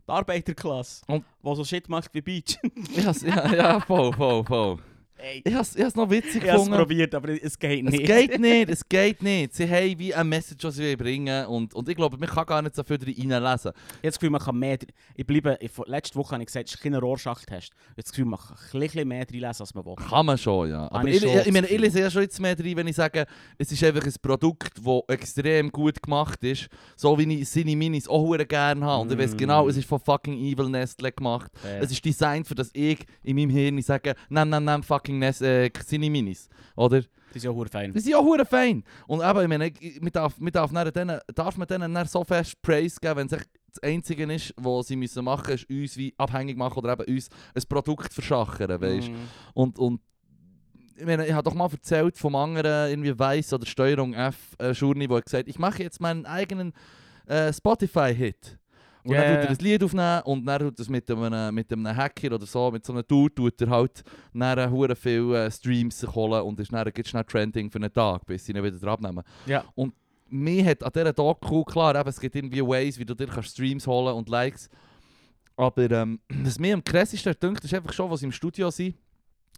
die Arbeiterklasse,
Und-
die so Shit macht wie Beach.
Ich has, ja, ja, voll, voll, voll.
hey,
Ich has, ich has noch witzig
ich habe es
gefunden.
probiert, aber es geht
Es
nicht.
geht nicht, es geht nicht. Sie haben wie eine Message, die sie wollen bringen und, und ich glaube, man kann gar nicht so viel reinlesen.
Ich habe das Gefühl, man kann mehr... dr- Ich bleibe... ich- Letzte eh, Woche habe ich gesagt, es ist kein Rohrschachttest. Ich habe das Gefühl, man kann ein bisschen mehr reinlesen, als man will.
Kann man schon, ja. Aber
Habe
ich,
ich
ich,
schon
ich, meine,
das
ich
Gefühl.
lese ja schon jetzt mehr drin, wenn ich sage, es ist einfach ein Produkt, das extrem gut gemacht ist. So wie ich Sini Minis auch hure gerne habe. Und ich weiß
Mm.
genau, es ist von fucking Evil Nestle gemacht.
Eh,
Es ist designt, für das ich in meinem Hirn sage, nein, nein, nein, fucking Nes äh, Sini Minis. Oder?
Das ist ja hure fein.
Die sind ja hure fein. Und eben, ich meine, ich- man darf, man darf, dann denen, darf man denen dann so fest Praise geben, wenn es echt das Einzige ist, was sie müssen machen müssen, ist uns wie abhängig machen oder eben uns ein Produkt verschachern, weißt
Mhm.
Und, und ich meine, ich habe doch mal erzählt vom anderen, irgendwie Weiss oder Steuerung F, äh, Journey, der gesagt hat, ich mache jetzt meinen eigenen äh, Spotify-Hit. Und
Ja,
dann
ja,
tut er
ja.
ein Lied aufnehmen und dann tut er es mit einem, mit einem Hacker oder so, mit so einem Dude, tut er halt dann hure viel äh, Streams sich holen und ist dann gibt's schnell Trending für einen Tag, bis sie ihn wieder abnehmen.
Ja.
Mir hat an dieser Doku, klar, eben, es gibt irgendwie Ways, wie du dir kannst Streams holen und Likes. Aber ähm, was mir am krassesten dünkt, ist einfach schon, was im Studio sind.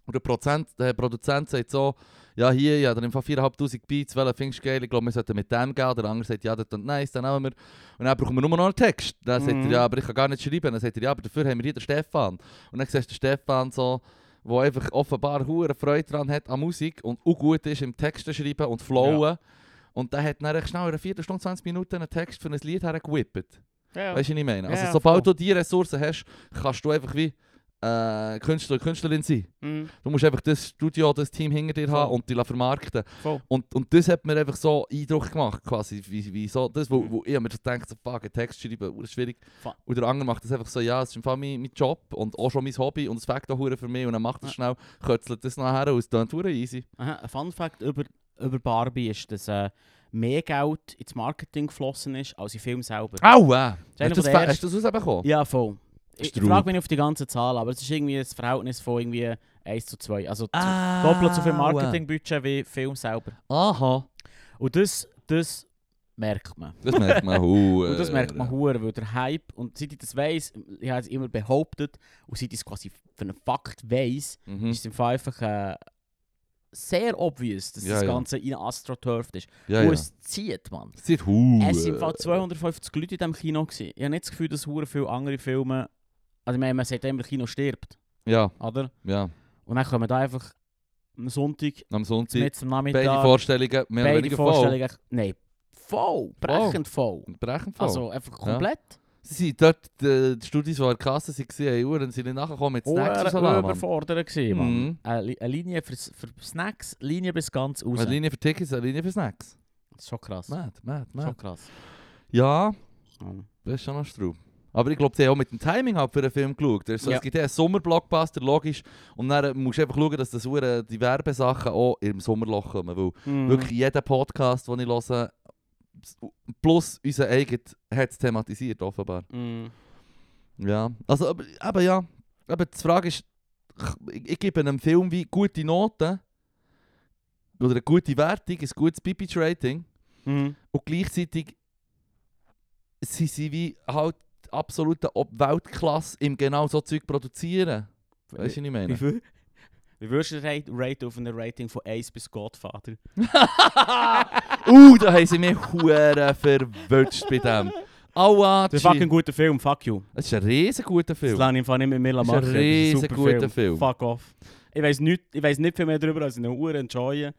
Und der, Prozent, der Produzent sagt so, ja hier, ja, dann im Fall 4'500 Beats, welchen findest du geil? Ich glaube, wir sollten mit dem gehen. Der andere sagt, ja, das klingt nice, dann nehmen wir. Und dann brauchen wir nur noch einen Text. Dann sagt
Mhm.
er, ja, aber ich kann gar nicht schreiben. Dann sagt er, ja, aber dafür haben wir hier den Stefan. Und dann siehst du den Stefan so, der einfach offenbar hure Freude daran hat an Musik und auch gut ist im Texten schreiben und flowen. Und der hat dann recht schnell in einer Viertelstunde, 20 Minuten einen Text für ein Lied hergewippt.
Ja.
Weißt du, was ich meine? Also,
Ja,
sobald
voll.
du die Ressourcen hast, kannst du einfach wie äh, Künstler und Künstlerin sein.
Mhm.
Du musst einfach das Studio, das Team hinter dir haben
Voll.
und die la- vermarkten.
Voll.
Und, und das hat mir einfach so Eindruck gemacht, quasi, wie, wie so das, wo, wo ich hab mir so gedacht so, fuck, einen Text schreiben, verdammt schwierig.
Fuck.
Und der andere macht das einfach so, ja, es ist im Fall mein, mein Job und auch schon mein Hobby und es fängt auch verdammt für mich und dann macht das schnell, kötzelt das nachher und es klingt verdammt easy.
Aha, ein Fun Fact über, über Barbie ist, dass äh, mehr Geld ins Marketing geflossen ist als im Film selber.
Aua!
einer
Hast du das
der
fa-
ersten-
hast du das rausbekommen?
Ja, voll. Ich
Ist traurig.
frage mich nicht auf die ganze Zahl, aber es ist irgendwie ein Verhältnis von irgendwie 1 zu 2. Also zu-
Ah,
doppelt so viel Marketingbudget wie Film selber.
Aha.
Und das, das merkt man.
Das merkt man hu.
Und das merkt man hure, weil der Hype, und seit ich das weiss, ich habe es immer behauptet, und seit ich es quasi für einen Fakt weiss,
Mhm.
ist es im Fall einfach äh, sehr obvious, dass
Ja,
das
ja.
Ganze in AstroTurf ist.
Ja,
wo
ja.
es zieht, Mann.
Es sieht hu.
Es waren im Fall 250 Leute in diesem Kino. Gewesen. Ich habe nicht das Gefühl, dass hure viele andere Filme... Also ich meine, man sagt ja immer, Kino stirbt,
Ja,
oder?
ja.
Und dann kommen da einfach am Sonntag,
Am Sonntag.
mit am Nachmittag...
Beide Vorstellungen, mehr oder
beide
weniger voll.
Vorstellungen... Nein, voll, brechend voll.
Brechend voll.
Also einfach komplett
Sie sind dort, äh, die Studis, die an der Kasse waren, haben Uhren, sind nicht nachgekommen mit Snacks und
hure
Salat, Mann.
überfordert gewesen, Mann.
Mhm.
Eine, Eh, Li- eine Linie für, für Snacks, Linie bis ganz raus.
Eine Linie für Tickets, eine Linie für Snacks.
Das ist schon krass.
Mad, mad, mad.
Schon krass.
Ja,
Mhm.
das ist schon noch Straub. Aber ich glaube, sie haben auch mit dem Timing halt für den Film geschaut. Also,
Ja.
Es gibt ja einen Sommerblockbuster, logisch. Und dann musst du einfach schauen, dass das Uhren, die Werbesachen auch im Sommerloch kommen. Weil
Mhm.
wirklich jeden Podcast, den ich höre, plus unser eigen, hat es thematisiert, offenbar.
Mhm.
Ja, also aber, aber ja, aber die Frage ist, ich, ich gebe einem Film wie gute Noten oder eine gute Wertung, ein gutes Pipage-Rating
Mhm.
und gleichzeitig sind sie wie halt absolute Ob- Weltklasse im genau so Zeug produzieren. Weißt du, was ich meine?
Wie viel? Wie würdest du rate, rate auf einem Rating von 1 bis Godfather?
uh, da haben sie mich hure verwünscht bei dem. Aua,
Das ist
tschi.
ein fucking guter Film, fuck you.
Es ist ein riesen guter
Das
Film.
lasse ich einfach nicht mit mir
ist
machen.
ein riesen
super
guter Film.
Fuck off. Ich weiss nicht, ich weiss nicht viel mehr darüber, als ich eine Uhr enjoyen.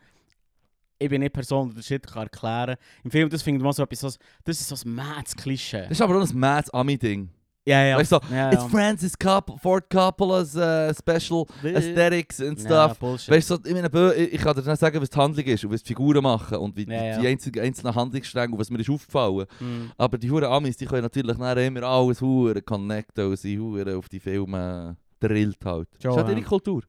Ich bin nicht Person, die den dus Shit kann dus erklären kann. Im Film, das findet man so etwas, so- das ist so ein mads Klischee.
Das ist aber auch ein mad Ami-Ding.
Ja, ja.
Weißt du,
ja,
It's Francis Cop Ford Coppola's äh, Special Aesthetics and
Ja,
stuff.
Bullshit.
Weißt du, ich, meine, Bö- ich ich kann dir nicht sagen, was die Handlung ist und was die Figuren machen und wie die-
Ja, ja.
die einzigen, einzelnen Handlungsstränge und was mir ist aufgefallen.
Hm.
Aber die Huren Amis, die können natürlich nachher immer alles Huren connecten und sie Huren auf die eh, Filme drillt halt.
Schon,
ist halt
ja.
ihre Kultur.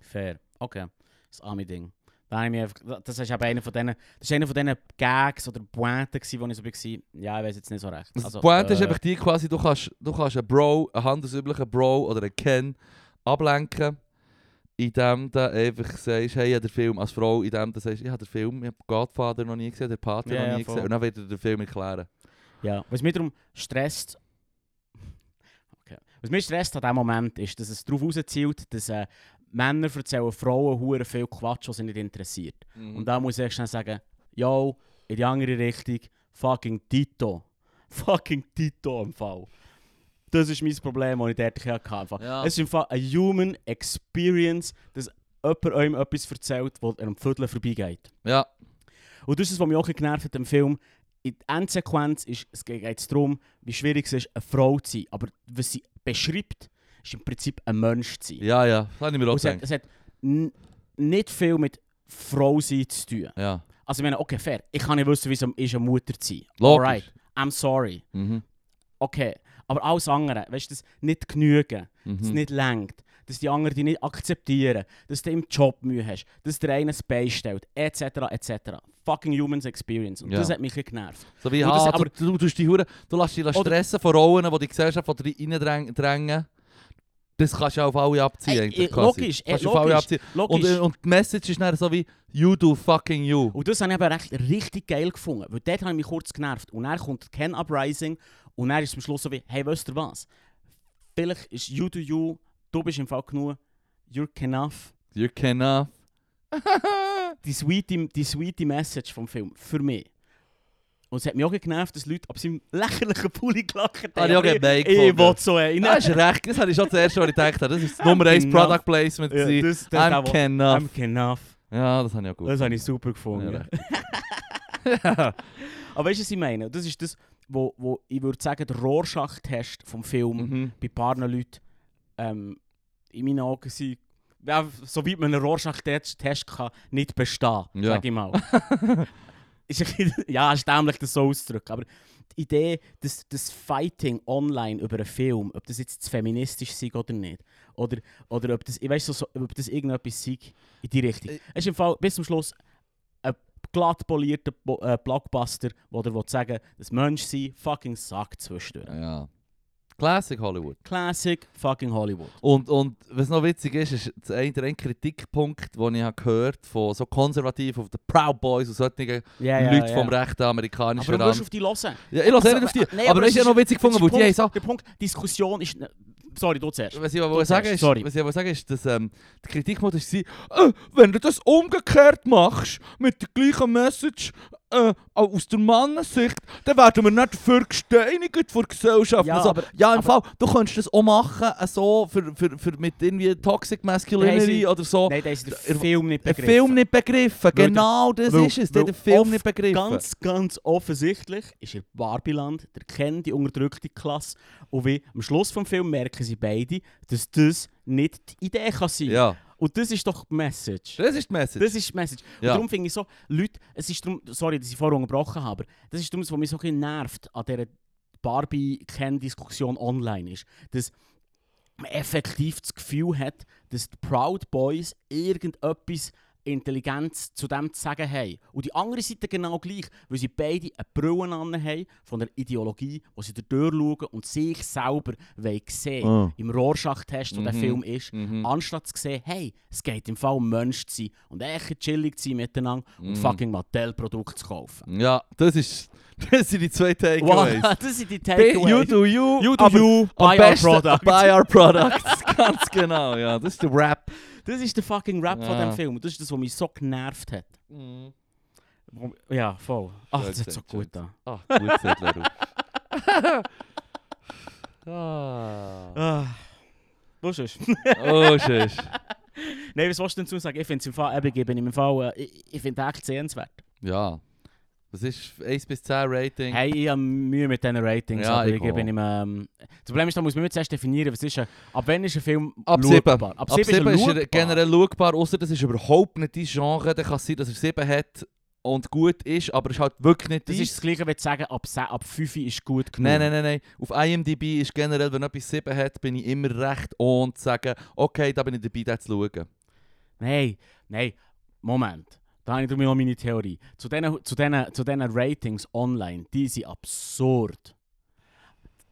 Fair. Okay. Das Ami-Ding. Da habe ich mich einfach- Das ist eben einer von diesen, das ist einer von diesen Gags oder Pointen, gewesen, wo ich so war. Ja, ich weiß jetzt nicht so recht.
Also,
Also,
die Dus Pointe ist
äh,
einfach die quasi, du kannst, du kannst einen Bro, einen handelsüblichen Bro oder einen Ken ablenken, indem du einfach sagst, hey, ich habe den Film als Frau, indem du sagst, ich habe den Film, ich habe Godfather noch nie gesehen, den Pater
Ja,
noch
ja,
nie
voll.
gesehen und dann wird er den Film erklären.
Ja. Was mich darum stresst. Okay. Was mich stresst an diesem Moment ist, dass es darauf rauszielt, dass äh, Männer erzählen Frauen hure viel Quatsch, was sie nicht interessiert.
Mhm.
Und da muss ich echt schnell sagen, yo, in die andere Richtung, fucking Tito. Fucking Tito im Fall. Das ist mein Problem, das ich dort ein bisschen hatte. im Fall.
Ja.
Es ist im Fall eine Human Experience, dass jemand einem etwas erzählt, das er am Viertel vorbeigeht.
ja,
Und das ist, was mich auch ein bisschen genervt hat im Film. In der Endsequenz ist, es geht es darum, wie schwierig es ist, eine Frau zu sein. Aber was sie beschreibt, ist im Prinzip ein Mensch zu sein.
ja, ja, das habe ich mir auch
Und es hat,
gedacht.
es hat n- nicht viel mit Frau sein zu tun.
Ja,
Also ich meine, okay, fair. Ich kann nicht wissen, wie es am- ist, eine Mutter zu sein.
logisch.
I'm sorry.
Mhm.
Okay. Aber alles andere, weißt du, das nicht genügen, das
Mhm.
nicht lenkt, dass die anderen dich nicht akzeptieren, dass du im Job Mühe hast, dass der eine ein Bein stellt, etc., etc. Fucking Humans Experience. Und
Ja.
das hat mich ein bisschen genervt.
So wie,
Und das-
ah,
aber-
du, du, tust die Huren, du lässt dich
Oder-
stressen von Rollen, die die Gesellschaft von dir reindrängen. drängen. Das kannst du auch auf alle abziehen.
Ey,
eigentlich,
ey,
quasi.
eh, logisch, ey,
Kannst du auf alle
logisch.
abziehen. Und,
Logisch.
äh,
Und,
und die Message ist dann so wie You do fucking you.
das habe ich aber recht, richtig geil gefunden, weil dort habe ich mich kurz genervt. Und dann kommt Ken Uprising und dann ist es am Schluss so wie, hey, weißt du was? Vielleicht ist you to you, du bist im Fall genug, you're enough.
You cannot.
die sweete, die sweete Message vom Film, für mich. Und es hat mich auch genervt, dass Leute ab seinem lächerlichen Pulli gelacht haben.
Habe ich auch
Aber
gemein
Ich, ich
gefunden.
will so einen.
Das ist recht, das habe ich schon zuerst schon gedacht. Das ist das Nummer 1
Enough.
Product Placement.
Ja, dus,
gewesen.
das- das
I'm
auch-
cannot.
I'm enough.
Ja, das habe ich auch gut.
Das habe ich super gefunden.
Ja,
Aber weißt du, was ich meine? Das ist das, wo, wo ich würde sagen, der Rohrschachttest vom Film
Mhm.
bei ein paar Leuten ähm, in meinen Augen sind. Ja, soweit man einen Rorschach-Test kann, nicht bestehen,
Ja.
sag ich mal. ist ein bisschen, ja, ist dämlich, das so auszudrücken. Aber die Idee, dass das Fighting online über einen Film, ob das jetzt zu feministisch sei oder nicht, oder, oder ob das, ich weiß so, so, ob das irgendetwas sei in die Richtung.
Äh.
Es ist im Fall bis zum Schluss ein glatt polierter Bo äh, Blockbuster, wo der will sagen das Menschsein fucking sagt zwischendurch.
ja. Classic Hollywood.
Classic fucking Hollywood.
Und, und was noch witzig ist, ist das ein, der ein Kritikpunkt, den ich habe gehört von so konservativ auf den Proud Boys und solchen
Ja,
Leuten vom rechten amerikanischen
Aber du musst
Rand.
auf die hören.
Ja, ich lasse nicht auf die. Ah,
Also, nein,
aber
aber
das ist
es
ja
ist-
noch witzig
Das ist
gefunden, weil die
Punkt,
haben so-
der Punkt, Diskussion ist... Sorry, du zuerst.
Was ich aber sagen ist,
sorry.
was ich aber sagen ist, dass ähm, die Kritik war, äh, wenn du das umgekehrt machst, mit der gleichen Message äh, auch aus der Mannensicht, dann werden wir nicht dafür gesteinigt von der Gesellschaft.
Ja,
also,
aber-
ja im
aber-
Fall, du könntest das auch machen, äh, so für, für, für mit irgendwie Toxic
Nein,
Masculinity
sie-
oder so.
Nein, das ist der
Der-
Film nicht
Den
begriffen.
Film nicht begriffen,
der-
genau das
weil-
ist es, der
weil
den Film
oft
nicht begriffen.
Ganz, ganz offensichtlich ist in Barbieland der Ken die unterdrückte Klasse und wie am Schluss vom Film merken sie beide, dus dass das nicht die Idee kann sein.
ja,
Und das ist doch die dus Message.
das ist die Message.
Das ist die Message. Und
Ja.
darum finde ich so, Leute, es ist darum, sorry, dass ich vorher unterbrochen habe, aber das ist darum, was mich so ein bisschen nervt an dieser Barbie-Ken-Diskussion online ist, dass man effektiv das Gefühl hat, dass die Proud Boys irgendetwas Intelligenz zu dem zu sagen haben. Und die andere Seite genau gleich, weil sie beide eine Brille an haben von der Ideologie, wo sie durchschauen und sich selber wollen sehen
Ah.
Im Rorschach-Test, wo der
Mhm.
Film ist,
mhm.
Anstatt zu sehen, hey, es geht im Fall um Mensch zu sein und echt chillig zu sein miteinander
Mhm.
und fucking Mattel-Produkte zu kaufen.
Ja, das ist... Das sind die zwei Takeaways.
Wow, das sind die
Be- You
Takeaways.
do you,
You do
aber
you,
Am
buy our
besten
product.
Buy our products, ganz genau, ja. Das ist der Rap.
Das ist der fucking Rap von
Ja.
dem Film. und Das ist das, was mich so genervt hat. Mm. Ja, voll. Ach, das
Schön
hat so
gesagt, schön
gut an.
Ah, gut gesagt, Leru. ah.
Ah. Was ist?
Oh, schisch.
Nein, was willst du denn zu sagen? Ich finde es im Fall, eben, gebe ich im Fall, äh, ich, ich finde es echt sehenswert.
Ja. Was ist 1 bis 10 Rating?
Hey, ich habe Mühe mit diesen Ratings,
Ja,
aber
ich
ich gebe
auch.
ihm... Ähm, das Problem ist, da muss man jetzt erst definieren, was ist ein... Ab wann ist ein Film
Ab sieben.
schaubar? Ab
Ab
7
7 ist
schaubar.
er generell schaubar, außer das ist überhaupt nicht dein Genre. Dann kann es sein, dass er 7 hat und gut ist, aber es ist halt wirklich nicht
Das
dein.
ist das Gleiche, wenn du sagen, ab, se- ab 5 ist gut genug.
Nein, nein, nein, nein. Auf IMDb ist generell, wenn etwas 7 hat, bin ich immer recht und sage, okay, da bin ich dabei, das zu schauen.
Nein, nein, Moment. Da habe ich mir noch meine Theorie. Zu diesen, zu diesen, zu diesen Ratings online, die sind absurd.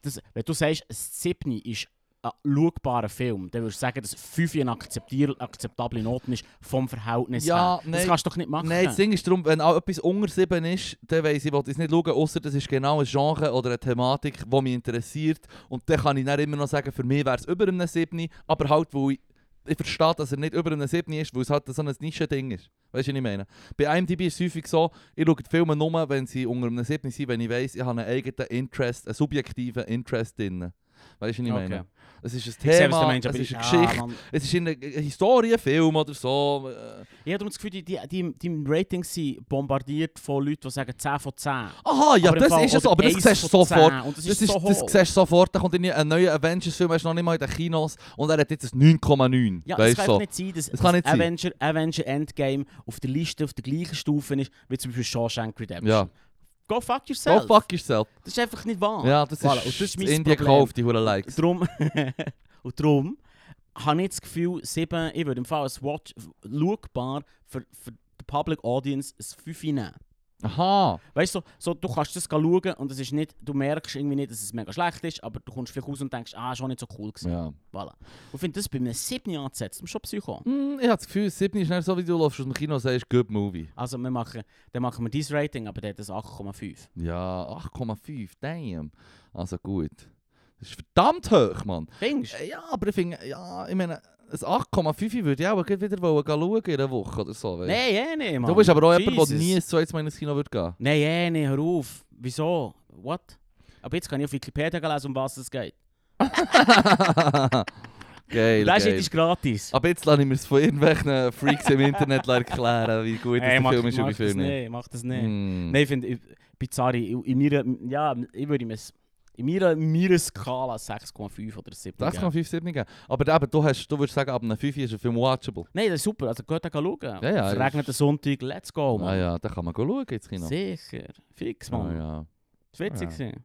Das, wenn du sagst, ein Zipni ist ein schaubarer Film, dann würdest du sagen, dass 5 eine akzeptier- akzeptable Note ist vom Verhältnis
Ja,
her.
nein.
das kannst du doch nicht machen.
Nein, das Ding ist darum, wenn auch etwas unter 7 ist, dann weiss ich, will es nicht schauen, außer das ist genau ein Genre oder eine Thematik, die mich interessiert. Und dann kann ich dann immer noch sagen, für mich wäre es über einem 7, aber halt, wo ich, ich verstehe, dass er nicht über einem 7 ist, weil es halt so ein Nischending ist. Weißt du, was ich meine? Bei IMDb ist es häufig so, ich schaue die Filme nur, wenn sie unter einem 7 sind, wenn ich weiss, ich habe einen eigenen Interest, einen subjektiven Interest drin. Weißt du, was ich meine?
Okay.
Es ist ein
Ich sehe, was du
Thema,
meinst,
es
aber
ist
ich-
eine
Ah,
Geschichte,
Mann.
es ist in einem Historienfilm oder so. äh,
Ich habe das Gefühl, die, die, die, die Ratings sind bombardiert von Leuten, die sagen 10 von 10.
Aha, ja,
Aber im
das
Fall-
ist es,
oder
aber das
eins
siehst du
von
sofort.
10, und das
Das,
ist
ist,
so
das,
hoch.
siehst du sofort, da kommt irgendwie ein neuer Avengers-Film, er ist noch nicht mal in den Kinos und er hat jetzt ein 9,9.
Ja, es
weißt
kann
so.
einfach nicht sein, dass,
Das kann nicht
dass
sein.
Avenger, Avenger Endgame auf der Liste auf der gleichen Stufe ist, wie zum Beispiel Shawshank Redemption.
Ja.
Go fuck
Go
yourself.
fuck yourself.
Das ist einfach nicht wahr.
Ja, das
Voilà, und
ist,
das ist mein
Indien
Problem.
gekauft, die Huren Likes.
Drum, und darum habe ich das Gefühl, 7, ich würde im Fall ein Watch schaubar für, für die Public Audience ein 5 nehmen.
Aha.
Weißt du, so, du kannst das schauen und es ist nicht, du merkst irgendwie nicht, dass es mega schlecht ist, aber du kommst viel raus und denkst, ah, schon nicht so cool gewesen.
Ja.
Voilà. Und ich finde das bei einem 7 anzusetzen, das ist schon Psycho.
Hm, ich habe das Gefühl, 7 ist nicht so, wie du läufst aus dem Kino und sagst, good movie.
Also wir machen, dann machen wir dieses Rating, aber der hat das 8,5.
Ja, 8,5, damn. Also gut. Das ist verdammt hoch, Mann.
Findest
Äh, Ja, aber ich finde, ja, ich meine, ein 8,5 würde ich auch gleich wieder wollen gehen schauen in einer Woche oder so.
du?
weißt du?
Nein, eh nicht, Mann.
Du bist aber auch jemand, der
Jesus.
nie ein zweites Mal ins Kino würde gehen.
Nein, eh nicht, hör auf. Wieso? What? Aber jetzt kann ich auf Wikipedia lesen, um was es geht.
geil,
Das
geil. Ah,
ist gratis.
Aber jetzt lasse ich mir es von irgendwelchen Freaks im Internet erklären, wie gut
Ey,
der Film ist und wie viel
das
nicht.
nicht. Mach das nicht.
Nein.
Nein, ich finde, Bizarre, in in meiner, ja, ich würde ihm ein- in meiner, in meiner Skala 6,5 oder 7
Das
geben.
kann 5, 7 geben. Aber eben, du, hast, du würdest sagen, ab einem 5 ist ein Film watchable.
Nein, das ist super, also geht da schauen.
Ja, ja,
es
das
regnet am Sonntag, let's go,
ah
Mann.
ja, da kann man go schauen ins Kino.
Sicher, fix,
Ah,
Mann.
ja. Ah,
Das war witzig.
Ja.
gewesen.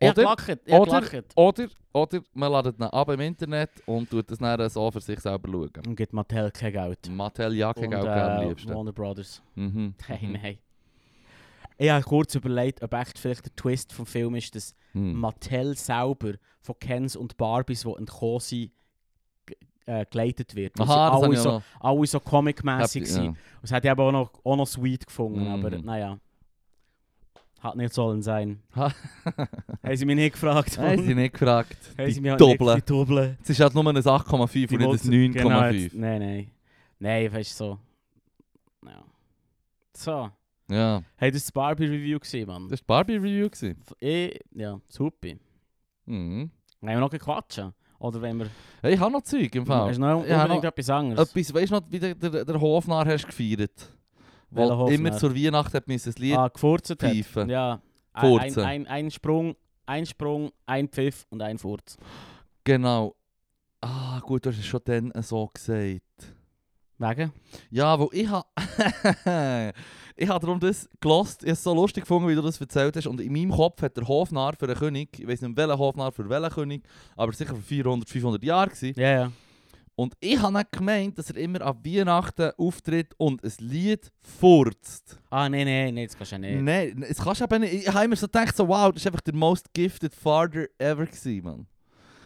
Ich habe
Oder-
gelacht, ich habe
oder-
gelacht.
Oder, oder man ladet ihn ab im Internet und tut das dann so für sich selber schauen.
Und gibt Mattel kein Geld.
Mattel Jacke auch am liebsten.
Warner Brothers.
Mhm.
Nein, nein. Ich habe kurz überlegt, ob echt vielleicht der Twist vom Film dus ist, dass
Mhm.
Mattel selber von Kens und Barbies, die entkommen sind, g- äh, geleitet wird. Weil sie
Aha, das habe
alle,
ich
so,
auch
alle so
noch.
comic-mässig
Ja.
sind. Das hätte ich aber auch noch, auch noch sweet gefunden,
Mhm.
aber naja. Hat nicht sollen sein.
Ha.
Haben sie mich nicht gefragt.
Haben sie
Mann.
nicht gefragt.
Haben sie
Die
mich halt
Doppel.
nicht- die Doppel.
Es ist halt nur ein 8,5
Die
und nicht
Wurzel-
ein
Genau, jetzt-
9,5.
Nein, nein. Nein, weißt du so. Ja. So.
ja,
Hey, das war das Barbie-Review gesehen, Mann.
das war Barbie Review. Gewesen.
Ich, ja, super. Wollen
Mhm.
wir noch quatschen? Oder wenn wir.
Hey, ich habe noch Zeug im Fall.
Hast du noch
Ja,
unbedingt
noch-
etwas anderes?
Etwas, weißt du noch, wie der, der, der Hofnarr hast gefeiert?
Welcher
Wo
Hofnarr?
immer zur Weihnacht hat müssen das Lied
ah, gefurzt hat.
pfeifen.
Ja. Ein, ein,
Furzen.
ein, ein Sprung, ein Sprung, ein Pfiff und ein Furz.
Genau. Ah, gut, du hast es schon dann so gesagt.
Wegen?
Ja, wo ich habe. ich habe darum das gelost. Ich habe es so lustig gefunden, wie du das erzählt hast. Und in meinem Kopf hat der Hofnarr für den König, ich weiß nicht, welcher Hofnarr für welchen König, aber sicher vor 400, 500 Jahren gewesen.
Ja, ja.
Und ich habe nicht gemeint, dass er immer an Weihnachten auftritt und ein Lied furzt.
Ah, nein, nein, nein, das kannst du ja nicht.
Nein, das kannst du eben nicht. Ich habe immer so gedacht, so, wow, das ist einfach der most gifted father ever gewesen, Mann.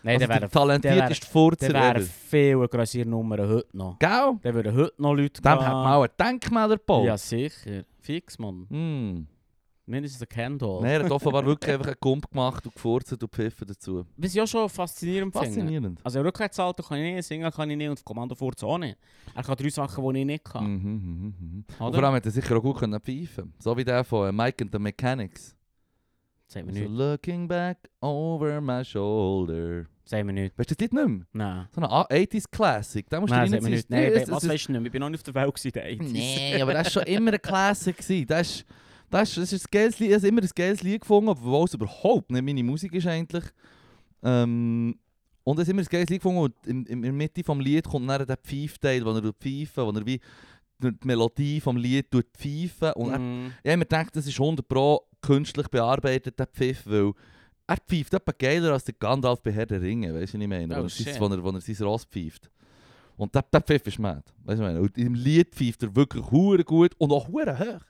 Nein,
also
der wäre
der talentierteste Furzer
der wäre
ever.
viel grössere Nummer heute noch.
Gell?
Der würden heute noch Leute
Dem
gehen.
hat man auch ein Denkmal gebaut.
Ja, sicher. Fix, Mann.
Hm.
Mindestens ein Candle.
Nein, er hat offenbar wirklich einfach einen Kump gemacht und gefurzt und pfiffen dazu.
Was ich auch schon faszinierend finde.
Faszinierend.
Also Rückwärtsalter kann ich nicht, Singen kann ich nicht und Kommandofurz auch nicht. Er kann drei Sachen, die ich nicht kann.
Mhm, mhm, mhm. Und
Oder?
vor allem hätte er sicher auch gut können pfeifen So wie der von äh, Mike and the Mechanics.
Sagen wir
So
nicht.
looking back over my shoulder.
Sagen wir nicht.
Weißt du das Lied nicht mehr?
Nein.
So eine 80s Classic, da musst du
Nein,
dir
sagen wir nicht.
nicht Nee,
Nein,
es-
was
es-
weißt du nicht? mehr? Ich bin noch nicht auf der Welt gewesen, in den 80s.
Nee, aber das war schon immer ein Classic. gewesen. Das ist, Das ist, das ist ein geiles Lied. Ich habe immer ein geiles Lied gefunden, obwohl es überhaupt nicht meine Musik ist eigentlich. Ähm, und es ist immer ein geiles Lied gefunden und in, in der Mitte des Lied kommt dann der Pfeifteil, wo er pfeifen, wo er wie die Melodie vom Lied pfeifen und er
Mhm.
Ja, ich mir gedacht, das ist 100 Pro künstlich bearbeitet, der Pfiff, weil er pfeift etwa geiler als der Gandalf bei Herr der Ringe, weißt du, was ich meine?
Oh,
Wo er sein-
shit.
wo er, wo er sein Ross pfeift. Und der, der Pfiff ist mad, weißt du, was ich meine? Und im Lied pfeift er wirklich hure gut und auch hure hoch.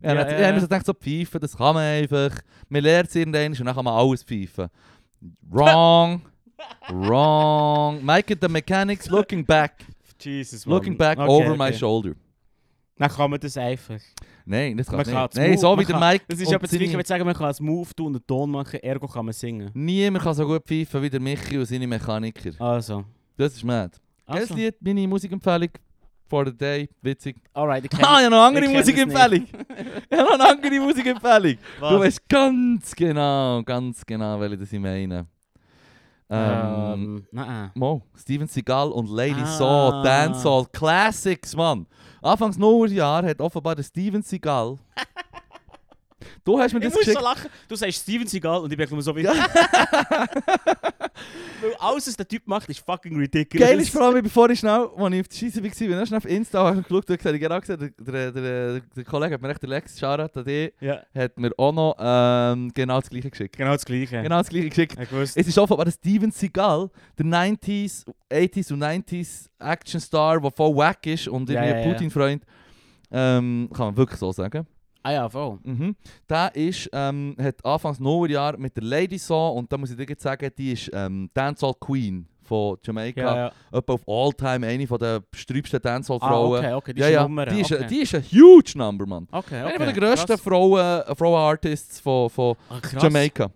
Ja,
Ja,
ja,
ja,
ja. Ich
ja.
habe mir so gedacht, so pfeifen, das kann man einfach. Man lernt es irgendwann und dann kann man alles pfeifen. Wrong. Wrong. Mike and the Mechanics looking back.
Jesus, Mann.
Looking back
Okay,
over my
okay.
shoulder.
Dann kann man das einfach.
Nein, das kann
Man
nicht.
kann
Nein,
das Move-
so wie
man
der
kann-
Mike
Das ist
und
etwas
seine-
gleich, wenn ich sagen, man kann einen Move tun und einen Ton machen, ergo kann man singen.
Niemand kann so gut pfeifen wie der Michi und seine Mechaniker.
Also.
Das ist mad. Also.
also.
Lied, meine Musikempfehlung for the day, witzig.
Alright, ich
Ah, ich habe noch eine andere
ich kenn es
Musikempfehlung. ich habe noch eine andere Musikempfehlung. Du
Was?
weißt ganz genau, ganz genau, welche das ich meine. Ähm,
Ähm, nein.
Mo, Steven Seagal und Lady
Ah.
Saw, Dancehall Classics, Mann. Anfangs Nullerjahr hat offenbar der Steven Seagal. du hast mir
Ich
das
muss
geschickt.
so lachen. Du sagst Steven Seagal und ich bin nur so wie... Weil alles, was der Typ macht, ist fucking ridiculous.
Geil ist vor allem, bevor ich schnell, als ich auf der Scheisse war, bin ich schnell auf Insta habe ich geschaut und gesagt, ich habe gesehen, der, der, der, der Kollege hat mir echt, der Lex, Shoutout an dich,
Ja, nou
hat mir auch noch ähm, genau das gleiche geschickt.
genau das Gleiche.
Genau das gleiche geschickt.
Ich wusste.
Es ist offenbar der Steven Seagal, der 90s, 80s und 90s Actionstar, der voll wack ist und
Ja,
irgendwie
ja, ja.
Putin-Freund. Ähm, kann man wirklich so sagen.
Ah ja, voll.
Mhm. Der ist, ähm, hat anfangs Nullerjahr mit der Lady Saw und da muss ich dir jetzt sagen, die ist ähm, Dancehall Queen von Jamaica
Ja, ja.
etwa auf All-Time eine von der sträubsten
Ah,
Dancehall-Frauen.
okay, okay, die
ja,
ist
ja.
Nummer.
die, ist,
okay.
die ist ein huge Number, Mann.
okay, okay.
Eine der grössten Frauen, Frauen-Artists von, von
Ah, krass.
Jamaica.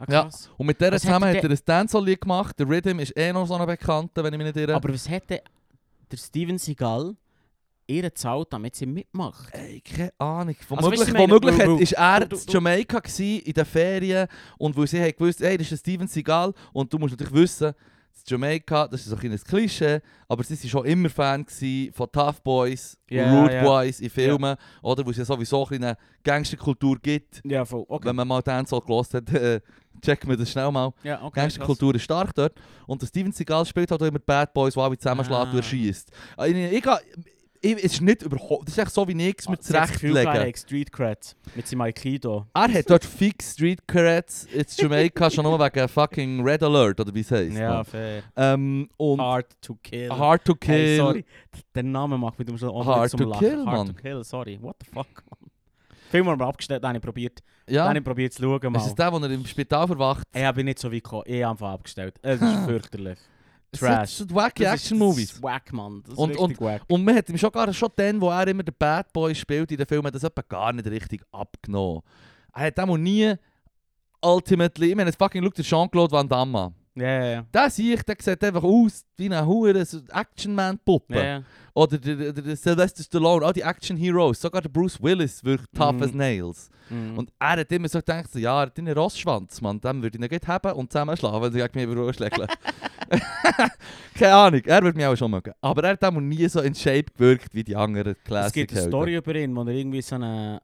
Ah,
Ja.
krass.
Und mit der
Was hat
zusammen
der
hat er ein Dancehall-Lied gemacht. Der Rhythm ist eh noch so eine Bekannte, wenn ich mich nicht irre.
Aber was hätte der Steven Seagal ihr zahlt, damit sie mitmacht?
Ey, keine Ahnung.
Also,
Womöglich,
weißt du, ich meine,
womöglich
weil-
hat,
weil-
ist er
du- du-
in Jamaica gsi in den Ferien und weil sie hat gewusst, hey, das ist ein Steven Seagal und du musst natürlich wissen, in Jamaica, das ist so ein kleines Klischee, aber sie war schon immer Fan gsi von Tough Boys
Ja,
und Rude
ja.
Boys in Filmen, oder wo es ja sowieso eine Gangsterkultur gibt.
Ja, voll. Okay.
Wenn man mal Dancehall gehört hat, äh, checken wir das schnell mal.
Ja, okay.
Gangsterkultur ist stark dort. Und der Steven Seagal spielt halt auch immer Bad Boys, die alle zusammenschlägt und
Ah.
erschießt. Ich, ich, ich, es ist nicht überhaupt, das ist echt so
Oh,
wie
Ah,
nichts mit zurechtlegen.
zurechtlegen. Street Cred mit seinem Aikido.
Er hat dort fix Street Carrots in Jamaica schon nur wegen fucking Red Alert oder wie es heisst.
Ja,
Mann.
fair.
Ähm, und
Hard to kill.
Hard to Kill.
Hey, sorry. Der Name macht mit dem schon auch
Hard
zum
to
Lachen.
kill,
Hard
Mann.
to kill, sorry. What the fuck, Mann. Film haben wir abgestellt, den habe ich probiert. Den
Ja,
habe ich probiert zu schauen,
ist es
mal.
der, wo er im Spital verwacht?
Ich habe nicht so weit gekommen. Ich habe einfach abgestellt. Es ist fürchterlich.
Das
Trash. Dus
sind wacky
Das ist- Das
Action-Movies.
ist wack, Mann. Das ist
Und-
richtig wack.
Und man hat ihm schon, gar, schon dann, wo er immer den Bad Boy spielt in den Filmen, das etwa gar nicht richtig abgenommen. Er hat auch nie ultimately, ich meine, jetzt fucking schau dir Jean-Claude Van Damme an.
Ja, ja, ja.
Den sehe ich, der sieht einfach aus wie eine hure Action-Man-Puppe.
Ja, ja.
Oder der, der, der Sylvester Stallone, all die Action-Heroes, sogar der Bruce Willis wirkt tough
Mhm.
as nails.
Mhm.
Und er hat immer so gedacht, so, ja, er hat einen Rossschwanz, Mann, den würde ich nicht gleich haben und zusammenschlagen, wenn sie gegen mich überschlägt. Keine Ahnung, er würde mich auch schon mögen. Aber er hat auch nie so in Shape gewirkt wie die anderen Classic
Es gibt eine Story über ihn, wo er irgendwie so einen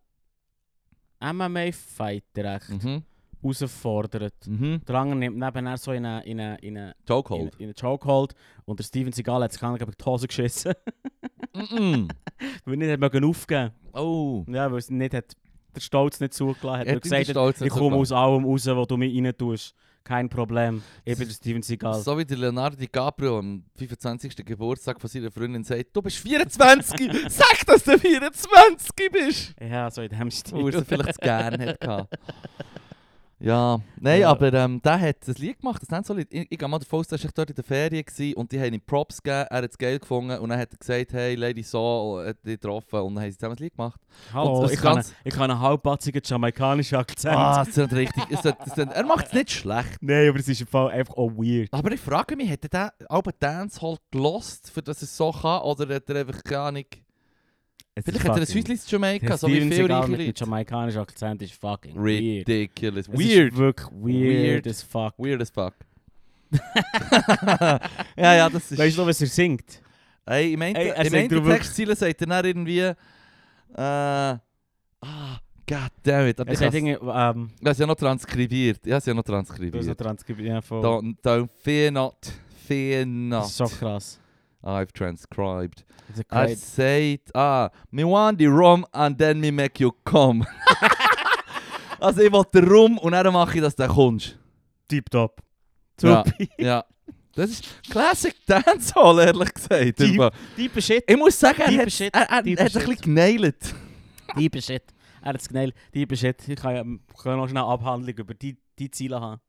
MMA-Fighter echt
Mhm.
herausfordert.
Mhm.
Der andere nimmt nebenan so in einen in eine, in eine, in
Chokehold.
eine, in eine Chokehold und der Steven Seagal hat sich gar nicht in die Hose geschissen,
Mhm.
weil er nicht hat mögen aufgeben
Oh.
Ja, weil es nicht hat, der Stolz nicht zugelassen hat. Er hat gesagt, hat,
stolz
ich komme aus allem raus, was du mir rein tust. Kein Problem. Ich bin der Steven Seagal.
So wie der Leonardo DiCaprio am 25. Geburtstag von seiner Freundin sagt, du bist 24, sag, dass du 24 bist.
Ja, so in dem Stil.
Wo er sie vielleicht zu gern hätte. Ja, nein,
Ja.
aber ähm, der hat das Lied gemacht, das nennt so Lied. Ich, ich gehe mal davon aus, der war dort in der Ferien gewesen und die haben ihm Props gegeben, er hat das Geld gefunden und dann hat er gesagt, hey, Lady Saw hat dich getroffen und dann haben sie zusammen das Lied gemacht. Und
Hallo,
das
ich kann,
Ganze-
ich kann einen halbpatzigen jamaikanischen Akzent.
Ah, das ist richtig, es hat- es hat- er macht es nicht schlecht.
Nein, aber es ist im Fall einfach auch weird.
Aber ich frage mich, hat er den Album Dancehall gelost, für dass er es so kann, oder hat er einfach keine Ahnung...
Es
Vielleicht hat er ein Häuschen in Jamaica,
Der
so wie
Steven
viele
Seagal
reiche
mit dem
Leute.
jamaikanischen Akzent ist fucking weird. Es
Ridiculous. Weird.
Ist wirklich weird,
Weird.
as fuck.
Weird as fuck. ja, ja, das ist...
Weißt du, noch, was er singt?
Ey, ich meinte,
Ey, er
ich
sagt
meinte
drüber-
Textziele sagt er dann irgendwie... Äh, eh, ah, God damn it. Aber
Es
Ich
hat
habe
irgendwie, ähm,
es ja noch transkribiert. Ich habe es ja noch
du hast noch
transkribiert.
transkribiert. Ja, voll.
Don't, don't fear not. Fear not.
Das ist so krass.
I've transcribed.
Das ist
I said, ah, me want the rum and then me make you come. also ich will den Rum und dann mache ich, dass du kommst.
Tipptopp.
Ja.
Super.
Ja. Das ist Classic Dancehall, ehrlich gesagt.
Deep.
Über-
Deeper Shit.
Ich muss sagen, er
Deeper
hat es
shit,
er, er,
deeper
er hat ein
shit.
bisschen genailt.
Deeper Shit. Ah, Er hat es genäht. Deeper Shit. eh, Ich kann ja ich kann noch schnell eine Abhandlung über die, die Ziele haben.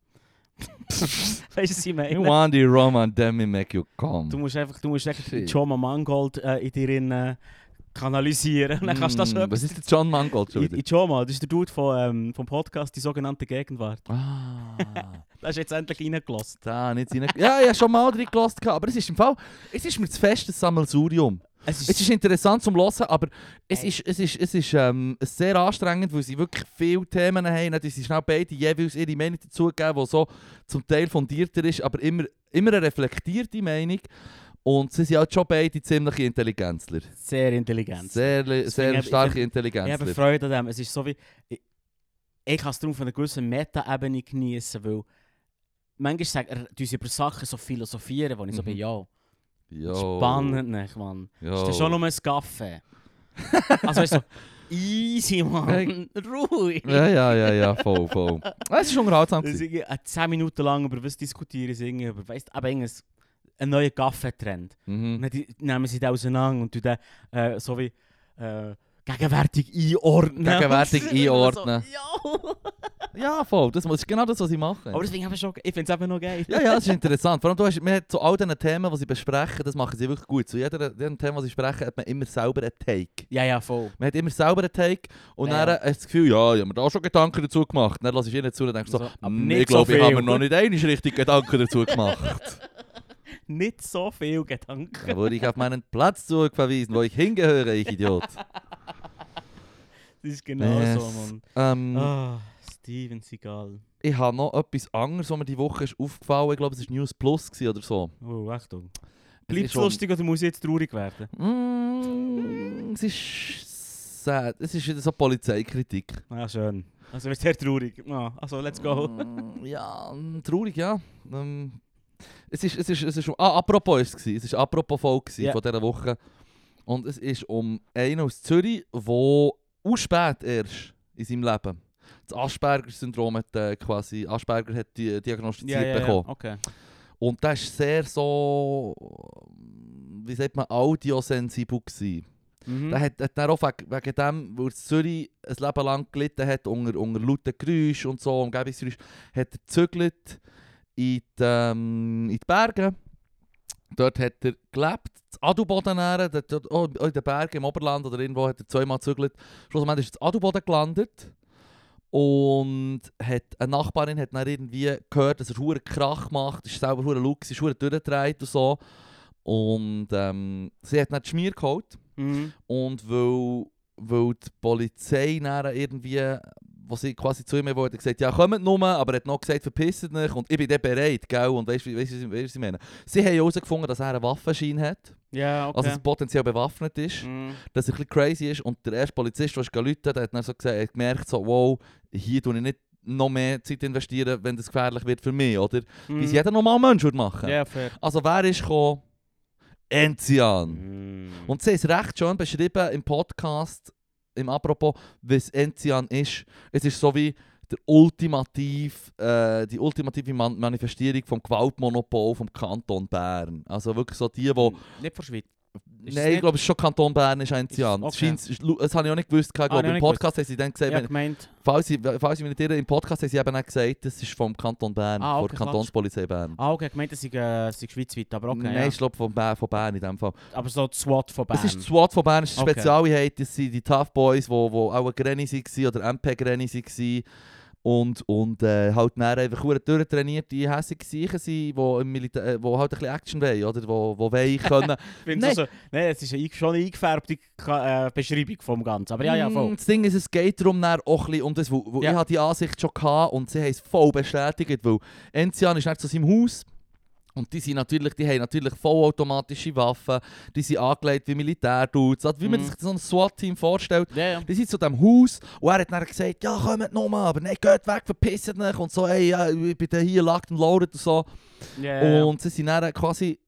weißt du, was ich
Me
meine?
want the rum and then me make you come.
Du musst einfach, du musst echt
Shit.
John Mangold äh, in dir in, äh, kanalisieren. Dann kannst du das
Mm,
schon
Was ist der John Mangold schon
In, in
wieder?
Choma, das ist der dus Dude von, ähm, vom Podcast Die sogenannte Gegenwart.
Ah,
Da ist jetzt endlich reingelassen.
da nicht rein. Ja, ich habe schon mal drin gelassen, aber es ist im Fall, es ist mir zu fest ein Sammelsurium.
Es
Es ist interessant zum Hören, aber es ist, es ist, es ist ähm, sehr anstrengend, weil sie wirklich viele Themen haben. Dann sind schnell beide jeweils ihre Meinung dazugeben, die so zum Teil fundierter ist, aber immer, immer eine reflektierte Meinung. Und sie sind halt schon beide ziemlich Intelligenzler.
sehr intelligent.
Sehr,
habe
sehr
ich-
starke
ich habe
Intelligenzler.
Freude an dem. Es ist so wie... Ich, ich kann es darum von einer gewissen Meta-Ebene genießen, weil... Manchmal sagen sie über Sachen so philosophieren, wo ich so
Mhm.
bin, ja,
Jo,
spannend nicht, Mann.
jo.
Ist das schon um nur ein Kaffee? also weißt du, easy, Mann. Ruhig.
Ja, ja, ja, ja, voll, voll. Ah, Es ist unterhaltsam.
Das ist
gewesen.
irgendwie, äh, 10 Minuten lang über was diskutieren sie, irgendwie über, weißt du, aber irgendwas... Ein neuer Kaffeetrend. Und
Mhm.
dann die- nehmen sie den auseinander und tun den äh, so wie äh, gegenwärtig einordnen.
Gegenwärtig
Und so,
einordnen.
ja. Oh,
Ja, voll. Das, das ist genau das, was ich mache.
Aber deswegen eben schon, ich finde es eben noch geil.
Ja, ja, das ist interessant. Vor allem, du hast, man hat zu all diesen Themen, die sie besprechen, das machen sie wirklich gut. Zu jedem, jedem Thema, das sie sprechen, hat man immer selber einen Take.
Ja, ja, voll.
Man hat immer selber einen Take und
Ja,
dann hast du das Gefühl, ja, ich habe mir da schon Gedanken dazu gemacht. Dann lass ich ihnen zu und denkst so,
So, Also, aber
«Hm,
nicht
ich glaube,
so
ich habe mir
viel.»
noch nicht einmal richtig Gedanken dazu gemacht.
Nicht so viel Gedanken.
da wurde ich auf meinen Platz zurückverwiesen, wo ich hingehöre, ich Idiot.
Das ist genau
Yes.
so, Mann.
Ähm,
Ah, Steven Seagal.
Ich habe noch etwas anderes, was mir die Woche ist aufgefallen Ich glaube, es war News Plus gewesen oder so.
Oh, Achtung.
Es
Bleibt
ist
es
schon-
lustig oder muss ich jetzt traurig werden?
Mm, es ist sad. Es ist wieder so Polizeikritik.
Ah, schön. Also, wir sind sehr traurig. Ah, also, let's go.
Mm, Ja, mm, traurig, ja. Ähm, es ist, es ist, es ist um, ah, apropos ist es gewesen. es ist apropos voll
Ja.
yeah. von dieser Woche. Und es ist um einen aus Zürich, der auch spät erst in seinem Leben das Asperger-Syndrom hat äh, quasi, Asperger hat die, äh, diagnostiziert bekommen.
Okay.
Und das ist sehr so, wie sagt man, audiosensibel gewesen.
Mhm.
Der hat, hat dann auch wegen, wegen dem, weil Zürich ein Leben lang gelitten hat, unter, unter lauten Geräuschen und so, Umgebungsgeräuschen, hat er gezügelt in die, ähm, in die Berge. Dort hat er gelebt, das Adelboden näher, dort, dort, auch in den Bergen im Oberland oder irgendwo hat er zweimal gezügelt. Schlussendlich ist er in Adelboden gelandet und hat, eine Nachbarin hat dann irgendwie gehört, dass er verdammt Krach macht, ist selber verdammt laut, gewesen, ist verdammt durchgedreht und so. Und ähm, sie hat dann die Schmier geholt.
Mhm.
Und weil, weil die Polizei nachher irgendwie, wo sie quasi zu ihm wollte, gesagt ja, kommt nur, aber er hat noch gesagt, verpisst euch und ich bin dann bereit, gell? Und weißt du, weißt, weißt, was ich meine? Sie haben herausgefunden, dass er einen Waffenschein hat,
Ja, okay.
also dass er potenziell bewaffnet ist,
Mhm.
dass er ein bisschen crazy ist. Und der erste Polizist, der ist geläutet hat, der hat dann so gesagt, er hat gemerkt, so, wow, hier tue ich nicht noch mehr Zeit investieren, wenn das gefährlich wird für mich, oder? Wie es
Mhm.
jeder normale Mensch würde machen.
Ja, fair.
Also wer ist gekommen? Enzian.
Mhm.
Und sie haben es recht schön beschrieben im Podcast, im Apropos, was Enzian ist. Es ist so wie der ultimativ, äh, die ultimative Man Manifestierung vom Gewaltmonopol vom Kanton Bern. Also wirklich so die, die...
Nicht von Schweiz. Hm, es
Nein, ich
nicht-
glaube, es ist schon Kanton Bern ist
Ist-
Enzian. Das,
okay.
scheint- ist- das habe ich auch nicht gewusst. Ich
Ah,
glaube,
habe
im
ich
Podcast haben sie dann gesagt,
Ja,
wenn,
gemeint.
falls ich, falls ich mich nicht irre, im Podcast haben sie eben auch gesagt, das ist vom Kanton Bern,
Ah,
von
okay,
der Kantonspolizei Bern.
Ah, okay, gemeint, das sei, äh, sei schweizweit, aber okay.
Nein,
ja.
ich glaube von, Bern- von Bern in dem Fall.
Aber so die SWAT von Bern.
Es ist die SWAT von Bern, es ist die
Okay.
Spezialheit, das sind die Tough Boys, die auch eine Granny waren oder MP-Granny waren. Und, und äh, halt dann einfach verdammt durchtrainierte, hässige Sicher sind, die, im Militär, äh, die halt ein bisschen Action wollen, oder? Die, die wollen können.
Ich find's
Nein.
Also, nein, es ist eine, eing- schon eine eingefärbte Ka- äh,
eh,
Beschreibung vom Ganzen. Aber ja, ja, voll.
Mm, Das Ding ist, es geht darum dann auch ein bisschen um das, wo, wo
Ja.
ich hatte die Ansicht schon hatte und sie haben es voll bestätigt, weil Enzian ist nicht zu seinem Haus Und die, sind natürlich, die haben natürlich vollautomatische Waffen, die sind angelegt wie Militärdudes, also wie man
Mhm.
sich so ein SWAT-Team vorstellt.
Ja, ja.
Die sind zu diesem Haus und er hat dann gesagt, ja, kommt nochmal, aber nein, geht weg, verpisst euch und so, ey, ja, ich bin dann hier locked und loaded und so. Und sie sind dann quasi,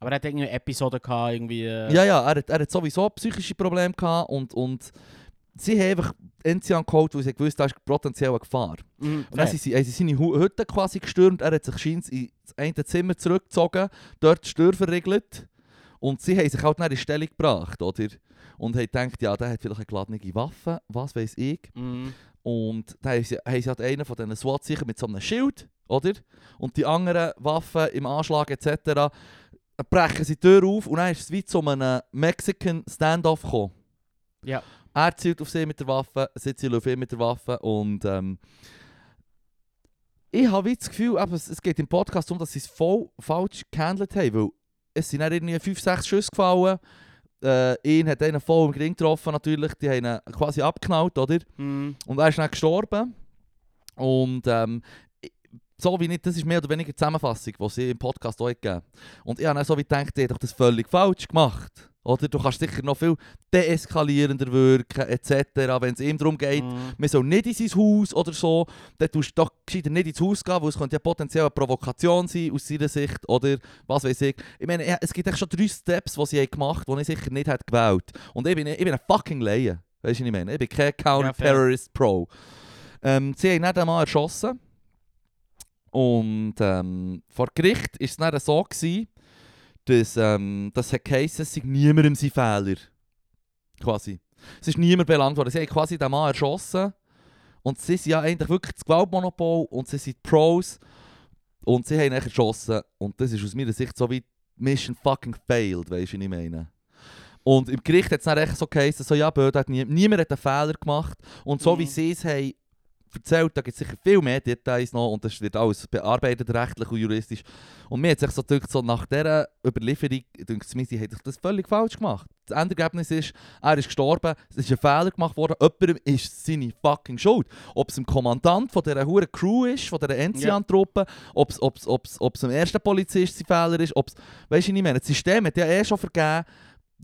Aber er hat irgendwie eine Episode gehabt, irgendwie. äh,
ja, ja, er hat, er hat sowieso psychische Probleme gehabt und, und sie haben einfach Enzian geholt, weil sie gewusst haben, da ist potenziell eine Gefahr.
Mhm,
Und dann
fair.
sind sie, haben sie seine Hu- Hütte quasi gestürmt. Er hat sich scheinbar ins eine Zimmer zurückgezogen, dort die Stür verriegelt. Und sie haben sich halt dann in Stellung gebracht, oder? Und haben gedacht, ja, der hat vielleicht eine geladene Waffe, was weiß ich.
Mhm.
Und dann haben sie, haben sie halt einen von diesen SWAT sicher mit so einem Schild, oder? Und die anderen Waffen im Anschlag etc. brechen sie die Tür auf und dann ist es wie zu einem Mexican Standoff gekommen.
Ja.
Er zielt auf sie mit der Waffe, sie zielt auf ihn mit der Waffe und ähm, ich habe wie das Gefühl, eben, es, es geht im Podcast darum, dass sie es voll falsch gehandelt haben, weil es sind dann irgendwie 5-6 Schüsse gefallen. Äh, ihn hat einen voll im Gring getroffen natürlich, die haben ihn quasi abgeknallt, oder?
Mhm.
Und er ist dann gestorben. Und ähm, ich- so wie nicht, das ist mehr oder weniger die Zusammenfassung, die sie im Podcast auch gegeben haben. Und ich habe dann so wie gedacht, die haben doch das völlig falsch gemacht. Oder du kannst sicher noch viel deeskalierender wirken, etc., wenn es ihm darum geht,
Mhm.
man soll nicht in sein Haus oder so, dann tust du doch gescheiter nicht ins Haus gehen, weil es könnte ja potenziell eine Provokation sein aus seiner Sicht oder was weiß ich. Ich meine, ja, es gibt echt schon drei Steps, die sie haben gemacht haben, die ich sicher nicht hätte gewählt. Und ich bin, ich bin ein fucking Laie, weißt du, was ich meine? Ich bin kein Counter-Terrorist Pro. Ähm, sie haben dann mal erschossen und ähm, vor Gericht war es dann so, gewesen, dass ähm, das hat geheißen, es sei niemandem sein Fehler. Quasi. Es ist niemand belangt worden. Sie haben quasi den Mann erschossen. Und sie sind ja eigentlich wirklich das Gewaltmonopol und sie sind die Pros. Und sie haben ihn erschossen. Und das ist aus meiner Sicht so wie Mission fucking failed, weißt du, was ich meine? Und im Gericht hat es dann echt so geheißen, so ja, Böde hat nie, niemand hat einen Fehler gemacht. Und so wie
Mhm.
sie es haben erzählt, da gibt es sicher viel mehr Details noch und das wird alles bearbeitet, rechtlich und juristisch. Und mir hat sich so gedacht, so nach dieser Überlieferung, denke ich, sie haben das völlig falsch gemacht. Das Endergebnis ist, er ist gestorben, es ist ein Fehler gemacht worden, jemandem ist seine fucking Schuld. Ob es dem Kommandant von dieser huren Crew ist, von dieser Enzian-Truppe, ob es- ob es- ob es ob es dem ersten Polizist sein Fehler ist, ob es... Weisst du, was ich meine, das System hat ja eh schon vergeben,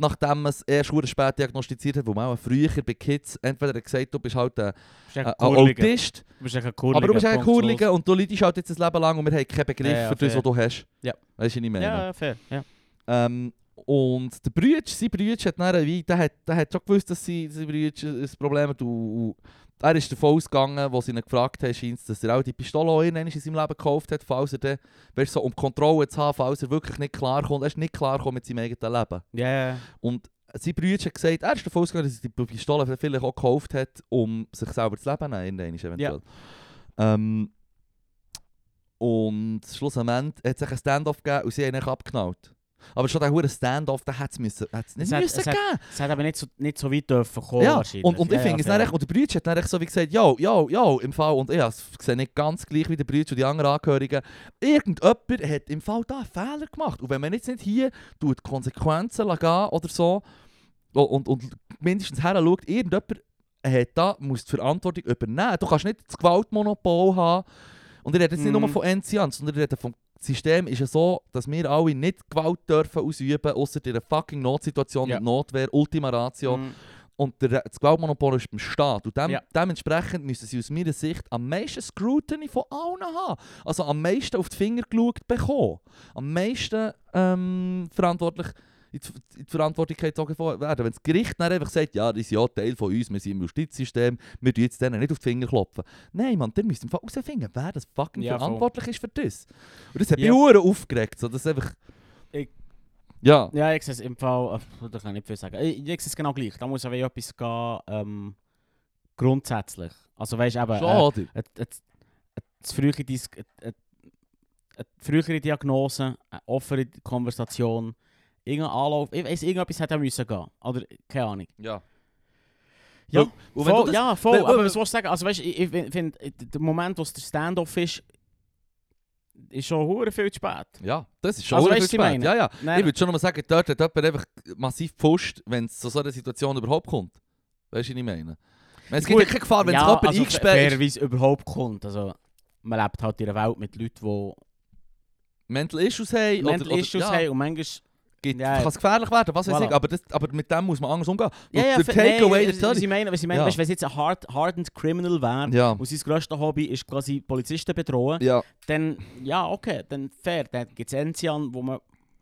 nachdem es erst verdammt spät diagnostiziert hat, wo man auch früher bei Kids entweder hat gesagt du bist halt
Du
ein,
bist echt ein
ein, ein
Kurliger.
Autist,
Du bist echt ein Kurliger.
aber du bist eigentlich
Punkt,
Kurliger und du leidest halt jetzt ein Leben lang und wir haben keinen Begriff
Ja, ja,
für das,
fair.
was du hast.
Ja.
Weisst du, was ich
Schluss.
meine?
Ja, ja, fair. Ja.
Ähm, und der Brütsch, sein Brütsch hat dann, wie, der hat, der hat schon gewusst, dass sie, sein Brütsch ein Problem hat. Und, und er ist davon ausgegangen, als sie ihn gefragt haben, scheint's, dass er auch die Pistole auch irgendwann in seinem Leben gekauft hat, falls er dann, weißt, du, so, um Kontrolle zu haben, falls er wirklich nicht klarkommt. Er ist nicht klarkommen mit seinem eigenen Leben.
Ja, ja.
Und sein Brütsch hat gesagt, er ist davon ausgegangen, dass er die Pistole vielleicht auch gekauft hat, um sich selber das Leben zu nehmen, irgendwann eventuell. Ähm, und schlussendlich hat es einen Stand-off gegeben und sie haben ihn abgeknallt. Aber schon der hure Stand-off, den hätte es müssen- hätte es nicht
Es hat-
müssen
es hat-
geben.
Es hat aber nicht so, nicht so weit dürfen kommen,
ja.
wahrscheinlich.
und, und ich
Ja,
finde
ja,
es
fair.
dann echt, und der Brütsch hat dann echt so wie gesagt, yo, yo, yo, im Fall, und ich habe es gesehen, nicht ganz gleich wie der Brütsch und die anderen Angehörigen, irgendjemand hat im Fall da einen Fehler gemacht. Und wenn man jetzt nicht hier tut, Konsequenzen lassen gehen oder so, o- und, und mindestens her schaut, irgendjemand hat da, muss die Verantwortung übernehmen. Du kannst nicht das Gewaltmonopol haben. Und ich rede jetzt nicht
Mhm.
nur von Enzian, sondern ich rede vom System ist ja so, dass wir alle nicht Gewalt dürfen ausüben, außer in einer fucking Notsituation
Ja.
und Notwehr, Ultima Ratio.
Mhm.
Und der, das Gewaltmonopol ist beim Staat. Und dem,
Ja.
dementsprechend müssen sie aus meiner Sicht am meisten Scrutiny von allen haben. Also am meisten auf die Finger geschaut bekommen. Am meisten ähm, verantwortlich in die, in die Verantwortlichkeit gezogen werden. Wenn das Gericht dann einfach sagt, ja, die sind ja Teil von uns, wir sind im Justizsystem, wir tun jetzt denen nicht auf die Finger klopfen. Nein, Mann, dann müsst ihr herausfinden, wer das fucking
Ja, voll.
verantwortlich ist für das. Und das hat
Ja.
mich Uhren aufgeregt. So, dass einfach...
Ich-
Ja.
Ja, ich sehe es im Fall, äh, da kann ich nicht viel sagen. Ich, ich sehe es genau gleich. Da muss aber etwas gehen, ähm, grundsätzlich. Also weißt du eben,
Schon,
äh,
oder?
eine, eine, eine, frühere Dis eine, eine, eine frühere Diagnose, eh, eine offene Konversation, irgendein Anlauf, ich weiss, irgendetwas hätte auch müssen gehen. Oder, keine Ahnung.
Ja.
Ja,
Und wenn du
voll,
das-
ja, voll.
Weil- weil-
aber was willst du sagen? Also weißt, ich, ich finde, der Moment, wo es der Standoff ist, ist schon hure viel zu spät.
Ja, das ist schon
Also,
verdammt
weisst du,
spät.
was ich meine?
Ja, ja.
Nein,
Ich würde schon noch mal sagen, dort hat jemand einfach massiv gepusht, wenn es zu so einer Situation überhaupt kommt. Weißt du, was ich meine? Ich meine, Es gibt
Gut,
ja keine Gefahr, wenn es
ja,
jemand
also
eingesperrt ist.
fairerweise überhaupt kommt. Also, man lebt halt in einer Welt mit Leuten, die
Mental Issues haben.
Mental
oder, oder,
Issues
ja,
haben und manchmal...
Gibt,
Ja, ja.
Kann es gefährlich werden, was weiß
Voilà.
ich. Aber, das, aber mit dem muss man anders umgehen.
Ja,
Und
ja,
der
ver-
Takeaway
nein, äh,
der
was
Story.
ich meine, was ich meine,
Ja.
weißt du, wenn es jetzt ein hard, hardened Criminal wäre
Ja.
und sein grösstes Hobby ist quasi Polizisten bedrohen,
Ja,
dann, ja, okay, dann fair, dann gibt es Enzian, wo man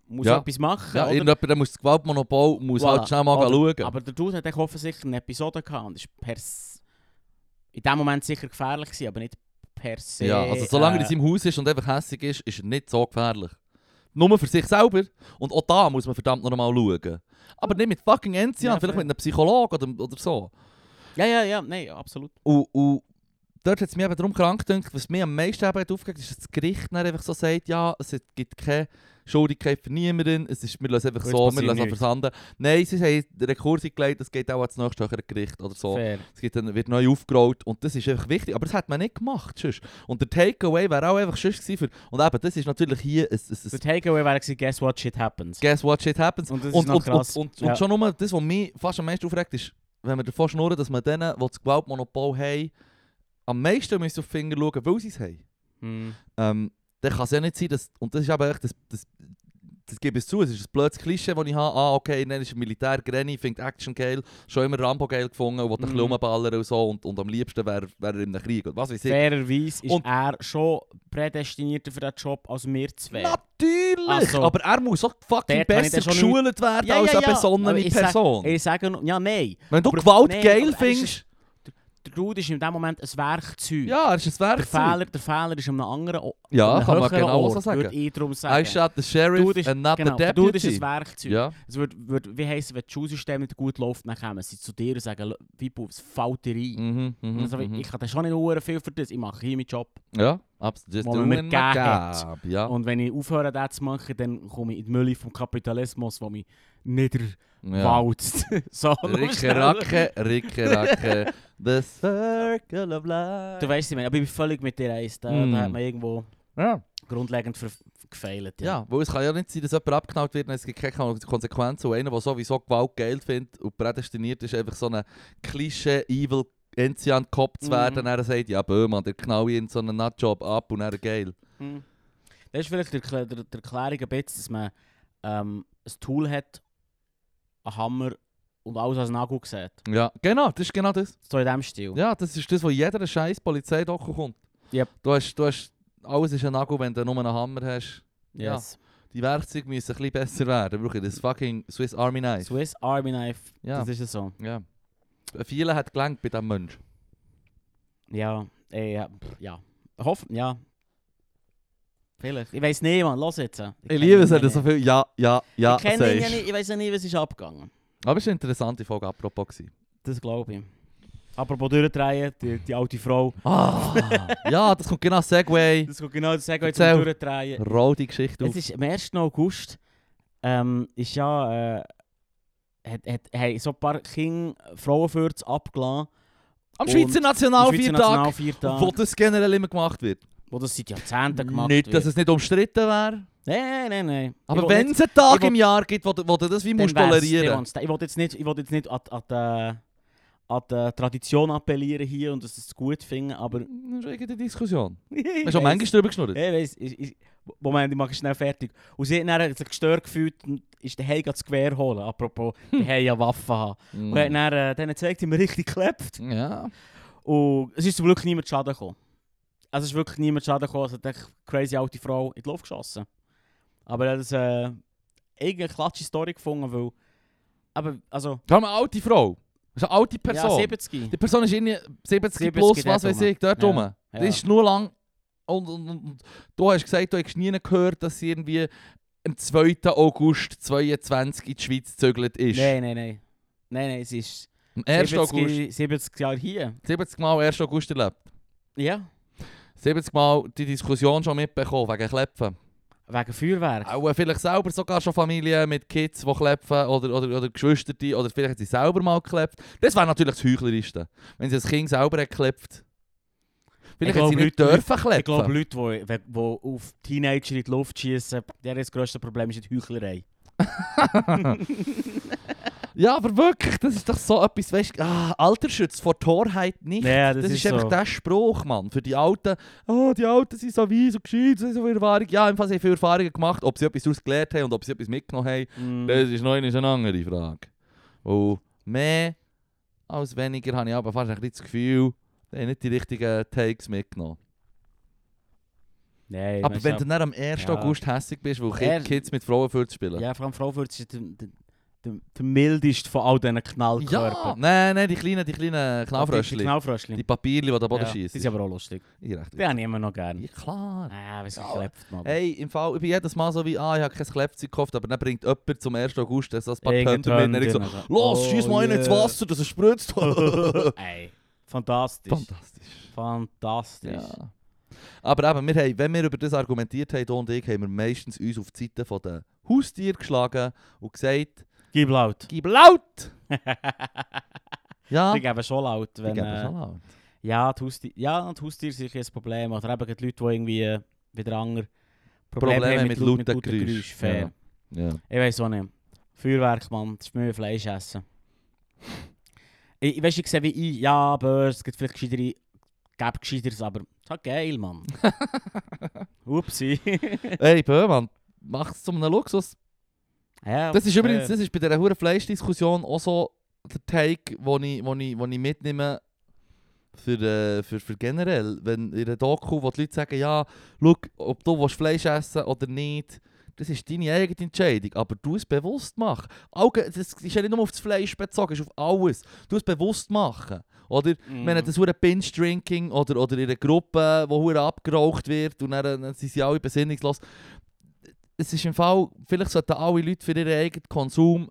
muss
Ja.
etwas machen
ja
oder?
irgendjemand der muss das Gewaltmonopol muss
Voilà.
halt schnell mal
Oder-
schauen.
Aber der Dude hat echt offensichtlich eine Episode gehabt und ist per s- in dem Moment sicher gefährlich gewesen, aber nicht per se.
ja, also solange
äh,
er in seinem Haus ist und einfach hässig ist, ist er nicht so gefährlich. Nur für sich selber. Und auch da muss man verdammt noch mal schauen. Aber nicht mit fucking Enzian,
Ja,
vielleicht
fair.
mit einem Psychologen oder, oder so.
Ja, ja, ja, nein, absolut.
Und, und dort hat es mich eben darum krank gedacht, was mir am meisten eben hat aufgeregt ist, dass das Gericht dann einfach so sagt, ja, es hat- gibt keine Schuldigkeit für niemanden, es ist, wir lassen einfach
Es
so, wir
passiert
lassen
nichts.
versanden. Nein, sie haben den Rekurs gelegt, das geht auch ans nächsthöhere Gericht oder so.
Fair.
Es gibt dann, wird neu aufgerollt und das ist einfach wichtig. Aber das hat man nicht gemacht sonst. Und der Takeaway wäre auch einfach sonst gewesen. Für, und eben, das ist natürlich hier ein, ein,
Der
ein
Takeaway wäre gewesen, guess what shit happens.
Guess what shit happens.
Und das ist
Und,
noch
und,
krass.
und, und,
Ja.
und schon nur das, was mich fast am meisten aufregt, ist, wenn wir davon schnurren, dass wir denen, die das Gewaltmonopol haben, am meisten müssen auf die Finger schauen, weil sie es haben.
Hm.
Ähm, dann kann es ja nicht sein, dass, und das ist aber echt, das, das, das gebe ich zu, es ist ein blödes Klischee, das ich habe, ah okay, dann ist ein Militär Granny, findet Action geil, schon immer Rambo geil gefunden und will ein
Mhm.
bisschen rumballern und so und, und am liebsten wäre wär er in einem Krieg oder was weiß ich.
Fairerweise ist
Und-
er schon prädestinierter für den Job als wir zwei.
Natürlich!
Ach so.
Aber er muss auch fucking
Dort kann ich
besser
das schon
geschult werden
Ja, ja,
als eine
ja. Nou,
besonnene
Aber ich sag-
Person.
Ich sage nur, ja, nein.
Wenn du
aber-
Gewalt
nee, aber er
geil
ist-
findest,
Der Dude ist in dem Moment ein Werkzeug.
dus- ja, er ist ein
Der
Werkzeug.
Fehler, der Fehler ist an einem anderen O-
Ja,
an einem
kann man
höheren
genau
Ort,
so sagen.
Würde ich darum sagen.
I shot
Der
the sheriff
Dude ist,
and not
genau,
the
der Dude ist
deputy.
ein Werkzeug.
ja.
Es wird, wird, wie heisst es, wenn das Schulsystem nicht gut läuft, dann kommen sie zu dir und sagen, «Lo- Vipu, es fällt dir ein.
Mhm, mhm,
Also,
mhm.
Ich kann das schon nicht verdammt viel für das, ich mache hier meinen Job.
ja, absolut. Just
Wo
doing
man mir
my
gegeben
job.
hat.
Ja.
Und wenn ich aufhöre, das zu machen, dann komme ich in die Mülle vom Kapitalismus, der mich niederwalzt.
ja.
so, noch
Ricke
schneller.
Racke, Ricke Racke, eh, the circle of life.
Du weißt, ich meine, aber ich bin völlig mit dir eins. Da,
Mm.
da hat man irgendwo
ja.
grundlegend ver- gefeilt.
ja, weil es kann ja nicht sein, dass jemand abgeknallt wird und es gibt keine Kon- Konsequenzen. Und einer, der sowieso Gewalt geil findet und prädestiniert ist, einfach so ein Klischee-Evil Enzian Cop zu
Mhm.
werden, und er sagt, ja Böhmann, der knall ich in so einen Nutjob ab und er geil.
Hm. Das ist vielleicht die Erkl- der, der Erklärung ein bisschen, dass man ähm, ein Tool hat, einen Hammer und alles als Nagel sieht.
Ja, genau, das ist genau das.
So in diesem Stil.
Ja, das ist das, was jeder scheiß Polizei doch kommt.
Yep.
Du hast, du hast, alles ist ein Nagel, wenn du nur einen Hammer hast. Die Werkzeuge müssen ein bisschen besser werden. Wir brauchen das fucking Swiss Army
Ja.
Knife.
Swiss Army Knife,
Ja.
das ist es so.
Ja. Viele hat gelangt bei diesem Mensch.
Ja, ey, ja. pff, ja. Hoffen, ja. Vielleicht. Ich weiß nicht, Mann, los jetzt. Ich,
Ich
kenn
liebe es,
ihn
wenn du so viel Ja, ja, dus ja
ich kenne ihn ja
sagst.
nicht, ich weiß ja nicht, was ist abgegangen.
Aber es war eine interessante Folge, apropos. Gewesen.
Das glaube ich. Apropos durchdrehen, die, die alte Frau.
Ah, ja, das kommt genau Segway.
Das kommt genau das Segway zum
Erzähl.
Durchdrehen.
Roll die Geschichte auf.
Es ist am 1. August ähm, ist ja äh, hat, hat, haben so ein paar Kinder Frauenfürze abgelassen.
Am
und-
Schweizer Nationalviertag,
Nationalviertag.
wo das generell immer gemacht wird.
Wo das seit Jahrzehnten gemacht
Nicht, dass
wird.
es nicht umstritten wäre.
Nein, nein, nein.
Aber
Ich will
wenn
nicht-
es einen Tag
ich will-
im Jahr gibt, wo, du- wo du das wie
dann
musst
wär's-
tolerieren
dann wär's da. Ich wollte jetzt nicht, ich wollte jetzt nicht an, an, die, an die eh, Tradition appellieren hier und dass es gut finden, aber...
Das ist eine Diskussion.
Ich
Hast du auch manchmal drüber geschnurrt?
Ja, weiss, ich, ich, Moment, ich mache schnell fertig. Und sie hat dann sich gestört gefühlt und ist daheim gleich das Gewehr holen. Apropos, daheim ja Waffen haben. Und hat dann, äh, dann zeigt, sie mir richtig Oh, geklebt.
Mm. Ja.
Und es ist zum Glück niemand zu Schaden gekommen. Also es ist wirklich niemand zu Schaden gekommen. Es hat eine crazy alte Frau in die Luft geschossen. Aber er hat äh, irgendeine klatsche Story gefunden, weil... Aber, also...
Da haben wir eine alte Frau. Das ist eine alte
Ja,
Person.
70.
die Person ist irgendwie 70,
70
plus,
dort
was weiß
rum.
ich, dort
Ja.
rum.
Ja.
Die ist nur lang. Und, und, und, und du hast gesagt, du hättest nie gehört, dass sie irgendwie am 2. August 22 in die Schweiz gezögert ist.
Nein, nein, nein. Nein, nein, es ist
Am 1.
70,
August.
70 Jahre hier.
70 Mal 1. August erlebt.
Ja.
70 Mal die Diskussion schon mitbekommen wegen Klepfen.
Wegen Feuerwerk.
Auch äh, vielleicht selber sogar schon Familien mit Kids, die klepfen oder, oder, oder Geschwister, die, oder vielleicht hat sie selber mal geklebt. Das wäre natürlich das Heuchlerischste, wenn sie das Kind selber hat geklebt. Vielleicht
Ich
hat sie
glaube,
nicht
Leute-
dürfen
Ich glaube,
klepfen.
Leute, die, die- die auf Teenager in die
eh,
Luft schießen, deren das grösste Problem ist die Heuchlerei.
Ja, aber wirklich, das ist doch so etwas, weißt du, ah, Alter schützt vor Torheit nicht.
Ja,
Das, ist, einfach der Spruch, Mann. Für die Alten, oh, die Alten sind so weise und gescheit, sie haben so viel Erfahrung. Ja, im Fall, sie haben viele Erfahrungen gemacht. Ob sie etwas daraus gelernt haben und ob sie etwas mitgenommen haben,
Mm.
das ist noch einmal eine andere Frage. Und mehr als weniger habe ich aber fast ein bisschen das Gefühl, die haben nicht die richtigen Takes mitgenommen.
Nein,
aber
weißt
wenn du dann am 1.
Ja.
August hässig bist, weil
Er-
Ki- Kids mit Frauen für spielen.
Ja, vor allem Frauenfurz ist der, der, der, der mildeste von all diesen
Ja,
Knallkörpern.
nein, nein, die kleinen, die kleinen
Die
Knallfröschchen.
Knallfröschchen.
Die Papierchen, die da Boden
Die
schießen.
sind aber auch lustig. Die habe ich immer noch gern.
Ja, klar.
Ah, was
Ja.
geklebt, Mann.
Hey, im Fall, ich bin jedes Mal so wie, ah, ich habe kein Klebzeug gekauft, aber dann bringt jemand zum 1. August das ein paar Pönder mit und ich so, los, schieß
Oh,
mal einen ins Wasser, das ist spritzt.
Ey, fantastisch.
Fantastisch.
fantastisch.
Ja. Aber eben, wir haben, wenn wir über das argumentiert haben, du und ich, haben wir meistens uns auf die Seite der Haustiere geschlagen und gesagt,
Gib laut.
gib laut! ja,
Die geben schon laut.
die
Wenn,
geben
äh,
schon laut.
Ja, die Haustiere, ja, die Haustiere sind ein Problem. Oder eben die Leute, die irgendwie äh, wieder andere
Probleme mit
Lau-
lauten
Geräuschen.
Geräuschen.
Fair.
Ja. Ja.
Ich weiß auch nicht. Feuerwerk, Mann, das ist mir Fleisch essen. Ich, ich weiss, ich sehe wie ich, ja, aber es gibt vielleicht gescheitere, gäbe gescheiteres, aber es ist halt geil, Mann. Upsi.
Hey, Böhmann, mach es zu einem Luxus.
ja,
Das ist
fair.
übrigens, das ist bei dieser huren Fleischdiskussion auch so der Take, den ich, wo ich, wo ich mitnehme für, äh, für, für generell. Wenn in einer Doku, wo die Leute sagen, ja, schau, ob du willst Fleisch essen oder nicht, das ist deine eigene Entscheidung, aber du es bewusst machen. Auge, das ist ja nicht nur auf das Fleisch bezogen, es ist auf alles. Du es bewusst machen. Oder
Mhm.
wenn das hure Binge Drinking oder oder in einer Gruppe, wo hure abgeraucht wird und dann, dann sind sie alle besinnungslos. Es ist im Fall, vielleicht sollten alle Leute für ihren eigenen Konsum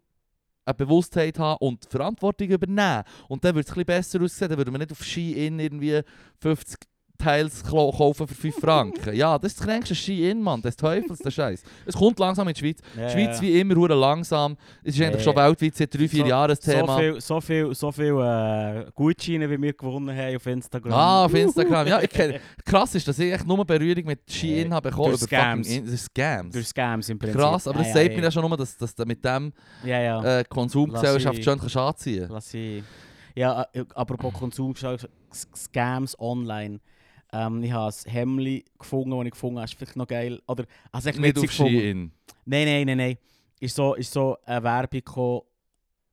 eine Bewusstheit haben und Verantwortung übernehmen. Und dann würde es ein bisschen besser aussehen, dann würde man nicht auf Ski-In irgendwie 50 Teils klo- kaufen für 5 Franken. Ja, das ist das kränkste Ski-In, Mann, des Teufels, der Scheiß. Es kommt langsam in die Schweiz.
Ja,
Die Schweiz
ja.
wie immer hure langsam. Es ist eigentlich schon
Ja.
weltweit seit 3-4
So-
Jahren ein Thema.
So viel, so viel, so viel äh, Gutscheine, wie wir gewonnen haben auf Instagram.
Ah, auf Instagram. Ja, ich kenne. Krass ist, dass ich echt nur Berührung mit Shein
Hey,
habe bekommen.
Äh, durch Scams.
fucking In- durch Scams.
Durch Scams im Prinzip.
Krass, aber das
ja,
sagt
ja,
mir ja schon nur, dass, dass du mit dem
Ja, ja.
äh, Konsumgesellschaft
Lass ich-
schön kannst anziehen
Lass ich. Ja, äh, apropos Konsumgesellschaft, S- Scams online. Ähm, ich habe ein Hemmli gefunden, das ich gefunden habe. Ist vielleicht noch geil. Oder, also ich
Nicht auf Shein.
Nein, nein, nein, nein. Ist so, ist so eine Werbung gekommen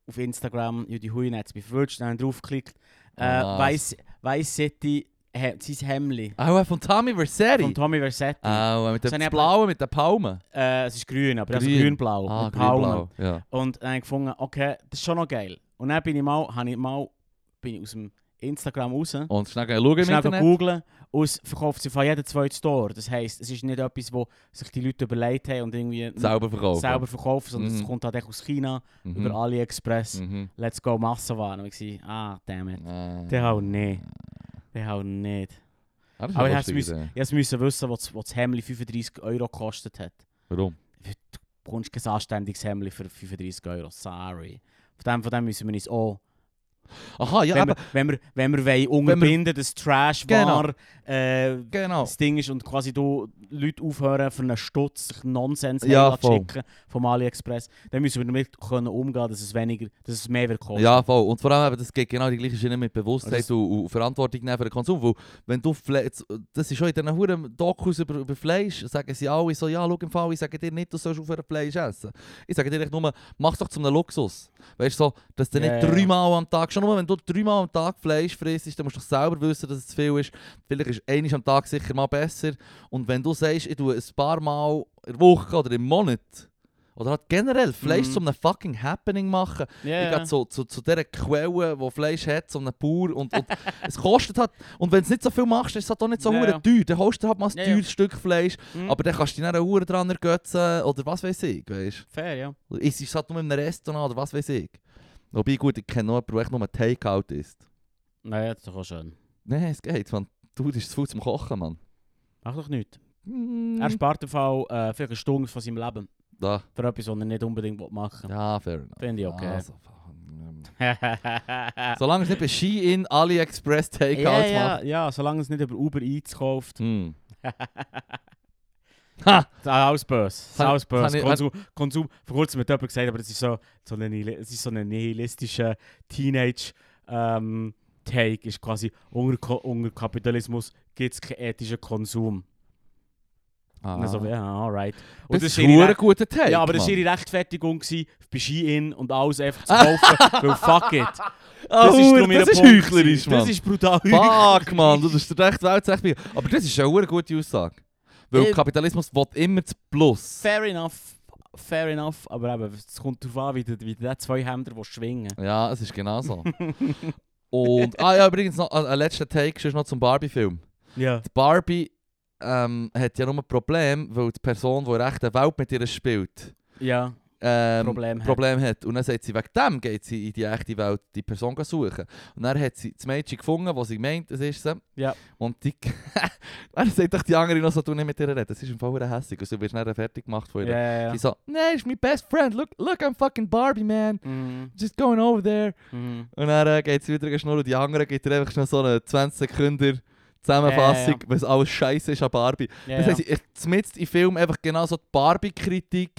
auf Instagram. Ja, die Huien hat es mich verwirrt. Dann habe ich draufgeklickt. Äh,
Ah,
Weiss, Weiss City, he, sein Hemmli.
Auch Ah, von Tommy
Von
Versetti.
Tommy Versetti.
Auch mit
So
dem
eine-
Blauen, mit den Palmen.
Äh, es ist grün, aber also
Grün.
grün-blau.
Ah,
Oh, mit Palmen.
grün-blau. Ja.
Und dann habe ich gefunden, okay, das ist schon noch geil. Und dann bin ich mal, habe ich mal bin ich aus dem Instagram raus, schnell
Und schnell schauen im Internet.
googeln und es verkauft sich von jedem zweiten Store. Das heisst, es ist nicht etwas, wo sich die Leute überlegt haben und irgendwie
Selber verkaufen.
selber verkaufen, sondern es
Mhm.
kommt halt echt aus China,
Mhm.
über AliExpress.
Mhm.
Let's go, Massenwaren. Und ich war, ah, damn it.
Äh.
Der halt nicht. Der halt nicht.
Ah, das ist
Aber
eine
ich
lustige
hab's
Idee.
Ich musste wissen, was, was das Hemd 35 Euro gekostet hat.
Warum?
Du bekommst kein anständiges Hemd für 35 Euro. Sorry. Von dem, von dem müssen wir uns auch...
Aha, ja,
wenn,
aber
wir, wenn wir, wenn wir wollen unterbinden dass Trash war, äh,
genau.
das Ding ist und quasi du Leute aufhören für einen Stutz, sich Nonsens
Ja,
ja,
voll.
schicken vom AliExpress, dann müssen wir damit können umgehen, dass es weniger, dass es mehr wird kosten.
Ja, voll. Und vor allem, eben, das geht genau nou, die gleiche Schiene mit Bewusstheit
Also
und, und Verantwortung nehmen für den Konsum. Weil, wenn du Fle jetzt, das ist schon in diesen Huren Dokus über, über Fleisch, sagen sie alle so, ja, schau im Fall, ich sage dir nicht, du sollst aufhören Fleisch essen. Ich sage dir echt nur, mach's doch zum Luxus. Weißt du, so, dass du
Ja,
nicht
ja.
dreimal am Tag, schon nur wenn du dreimal am Tag Fleisch frisst, dann musst du doch selber wissen, dass es zu viel ist. Vielleicht ist eines am Tag sicher mal besser. Und wenn du sagst, ich tue ein paar Mal in der Woche oder im Monat, oder halt generell Fleisch
Mhm.
zu einem fucking Happening machen,
Ja,
ich
ja.
gehe zu, zu, zu dieser Quelle, die Fleisch hat, zu einem Bauer und, und es kostet halt, und wenn du nicht so viel machst, ist es halt auch nicht so
Ja,
hure
ja.
teuer, dann holst du halt mal ein
Ja, ja.
teures Stück Fleisch,
Mhm.
aber dann kannst du dich dann Uhr dran ergötzen oder was weiß ich, weißt
Fair, ja.
du. Es ist halt nur in einem Restaurant oder was weiß ich. Wobei, gut, ich kenne noch jemanden, der echt nur ein Takeout ist.
Naja, das ist doch auch schön.
Nein, es geht, man. Du bist zu viel zum Kochen, Mann.
Mach doch nichts.
Mm.
Er spart im Fall äh, vielleicht eine Stunde von seinem Leben
Da.
für etwas, was er nicht unbedingt machen will.
Ja, fair enough.
Finde ich okay.
Also, fucking, ähm, Solange es nicht bei Shein, AliExpress Takeout Hm.
ja,
macht.
ja, ja, solange es nicht über Uber Eats kauft.
Hm. Ha!
Das ist alles böse. Das ist
Kann-
alles
kann
böse.
ich-
Konsum, Konsum, vor kurzem hat jemand gesagt, aber es ist so, so ein so eine nihilistischer Teenage-Take. ist quasi, unter, Ko- unter Kapitalismus gibt es keinen ethischen Konsum.
Ah.
Und dann so, ja, alright.
das
das
ist
ist ihre
ein
Recht-
guter Take.
ja, aber das war
Mann.
ihre Rechtfertigung, gewesen, bei Shein und alles einfach zu kaufen, weil fuck it. Das
Ah,
ist
Hure,
nur mein
das ist
Punkt
heuchlerisch,
gewesen.
Mann.
Das ist brutal
Fuck, Mann, du bist der rechte Oh, Weltsächbier. Aber das ist eine hure gute Aussage. Weil
Ich-
Kapitalismus will immer das Plus.
Eh, Fair enough, fair enough, aber eben, es kommt darauf an, wie die, wie die zwei Hemder die schwingen.
Ja, es ist genau so. Und, ah ja, übrigens noch ein ein letzter Take, sonst noch zum Barbie-Film.
Ja.
Die Barbie ähm, hat ja nur ein Problem, weil die Person, die in der echten Welt mit ihr spielt,
Ja,
ähm,
Problem hat.
Problem hat. Und dann sagt sie, wegen dem geht sie in die echte Welt die Person gehen suchen. Und dann hat sie das Mädchen gefunden, was sie meint, das ist sie.
Ja.
Und die... dann sagt doch die andere noch so, du nicht mit ihr reden. Das ist im Fall hure hässig. Und du wirst dann fertig gemacht von ihr.
ja, ja.
Sie so, nein, ist mein best friend. Look, look, I'm fucking Barbie, man.
Mhm,
Just going over there.
mhm.
Und dann äh, geht sie wieder schnurren und die anderen gibt ihr einfach schnell so eine 20 Sekunden Zusammenfassung,
Ja, ja,
was alles scheiße ist an Barbie.
Ja,
das
ja.
heisst, ich zumindest im Film einfach genau so die Barbie-Kritik,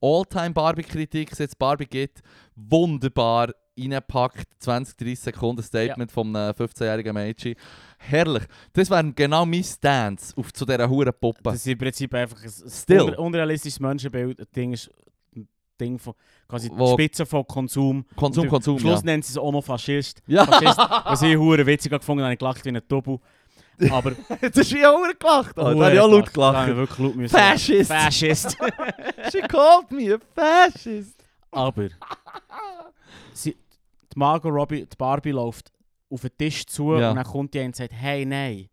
Alltime Barbie-Kritik, seit es Barbie gibt, wunderbar reingepackt. 20, 30 Sekunden Statement von einem 15-jährigen Mädchen. Herrlich. Das wären genau meine Stance auf zu dieser Huren Puppe.
Das ist im Prinzip einfach ein ein
Still.
unre- unrealistisches Menschenbild. Ein Ding ist ein Ding von quasi die
Wo-
Spitze von Konsum.
Konsum,
Und
Konsum,
Am Schluss
ja.
nennen sie es Homofaschist.
Ja,
Faschist, was ich hure witzig gefunden habe, ich gelacht wie ein Double. Aber
jetzt hast du ja auch gelacht. Da
Hure
habe ich auch laut
Da habe ich wirklich
gelacht.
laut müssen.
Fascist!
Faschist.
She called me a fascist!
Aber sie, die Margot Robbie, die Barbie läuft auf den Tisch zu
Ja.
und dann kommt die eine und sagt, hey, nein,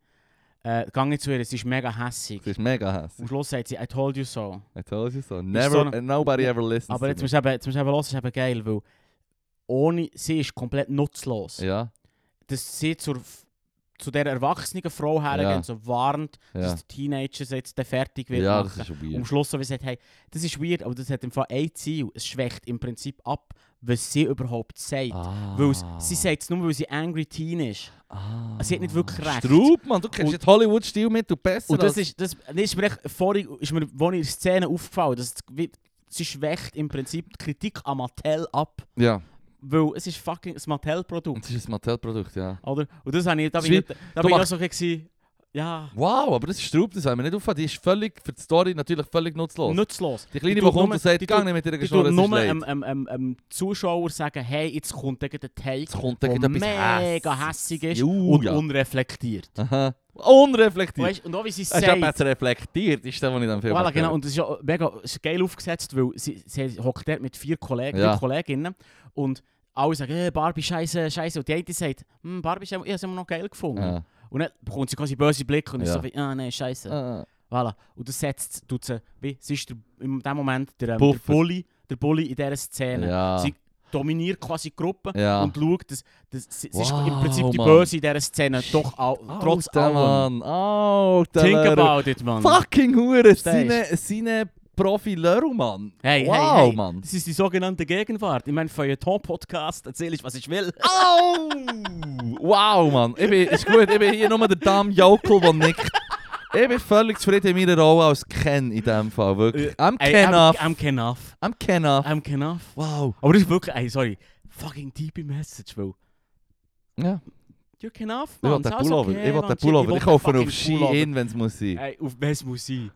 äh, geh nicht zu ihr, sie ist mega hässig.
Das ist mega
Am
hässlich.
Schluss sagt sie, I told you so.
I told you so. Never,
eine-
and nobody ever listens
Aber
to
jetzt
me.
musst du eben, jetzt musst du eben hören, ist eben geil, weil ohne sie ist komplett nutzlos.
Ja,
Dass sie zur, zu der erwachsenen Frau hergeht
Ja.
und so warnt,
ja.
dass der Teenager sie jetzt dann fertig wird
Ja, das
machen. Oh,
ist schon
Und am
weird.
Schluss so wie gesagt, hey, das ist weird, aber das hat im Fall ein Ziel. Es schwächt im Prinzip ab, was sie überhaupt sagt.
Ah.
Weil s- sie sagt es nur, weil sie angry teen ist.
Ah.
Sie hat nicht wirklich recht.
Straub, Mann, du kennst
Und-
jetzt Hollywood-Stil mit, du besser
Und das
als-
ist, das, das ist mir echt, vorhin ist mir, wo ich in der Szene aufgefallen, dass es wie- sie schwächt im Prinzip die Kritik an Mattel ab,
Ja,
weil es ist fucking ein Mattel-Produkt,
das ist ein Mattel-Produkt, ja.
oder? Und das habe ich, da
Das
bin ich,
ist
da
du
bin ich auch
machst-
so ein bisschen, ja,
Wow, aber das ist Straub, das haben wir nicht aufgehört. Die ist völlig, für die Story natürlich völlig nutzlos.
nutzlos.
die Kleine, die
tut
kommt
nur-
und sagt,
die
gang
tut-
nicht mit ihr
Ich
geschworen,
würde
es ist
nur
leid.
einem, einem, einem, einem Zuschauer sagen, hey, jetzt kommt der Take,
Jetzt kommt da
der
gleich etwas
Oh, mega
Hässiges.
hässig ist
Juhu,
und
ja.
unreflektiert.
Aha. Unreflektiert.
Weißt, und auch wie sie es
Es ist
sagt,
etwas reflektiert, ist das, was ich dann Film
Voilà,
erkläre.
genau. Und es ist ja mega es ist geil aufgesetzt, weil sie, sie hockt dort mit vier Kollegen,
Ja.
drei Kolleginnen und alle sagen, äh, Barbie scheiße, scheiße. Und die eine sagt, hm, Barbie scheiße, ich habe sie immer noch geil gefunden.
Ja.
Und dann bekommt sie quasi böse Blick und ist
Ja.
so wie, ah nein, scheiße.
Ah.
Voilà. Und das setzt, tut sie, wie, sie ist der, in dem Moment der, ähm, der
Puffer.
Bully, der Bully in dieser Szene.
Ja.
Genau. Sie dominiert quasi die Gruppe
Ja.
und schaut, dass, dass sie, sie ist im
Wow,
Prinzip die
Mann.
Böse in dieser Szene, doch auch, trotz
Alter,
allem.
Mann. Alter,
Think
Lörl.
about it, man.
Fucking Hure.
Verstehst?
Seine, seine profi lörl Mann.
Hey,
wow,
hey, hey.
Mann.
Das ist die sogenannte Gegenwart. Ich meine, für einen Ton-Podcast erzähle ich, was ich will.
Au! Wow, Mann. Ich bin, ist gut, ich bin hier nur der Dame Jokel, der nickt. Ich bin völlig zufrieden in meiner Rolle als Ken in dem Fall, wirklich. Eh, I'm
Ey,
Ken
I'm,
off.
I'm Kenaf.
I'm Ken off.
I'm Kenaf.
Wow.
Aber das ist wirklich, ey, sorry, fucking deep message, Bro.
Ja,
You're Kenaf,
ich
man.
will den
It's also
Pullover.
okay,
Ich will
man.
den
Shit,
Pullover. Ich
will
kaufe ihn
den
auf
fucking Pullover.
Ski wenn es muss sein.
Ey, auf was muss ich?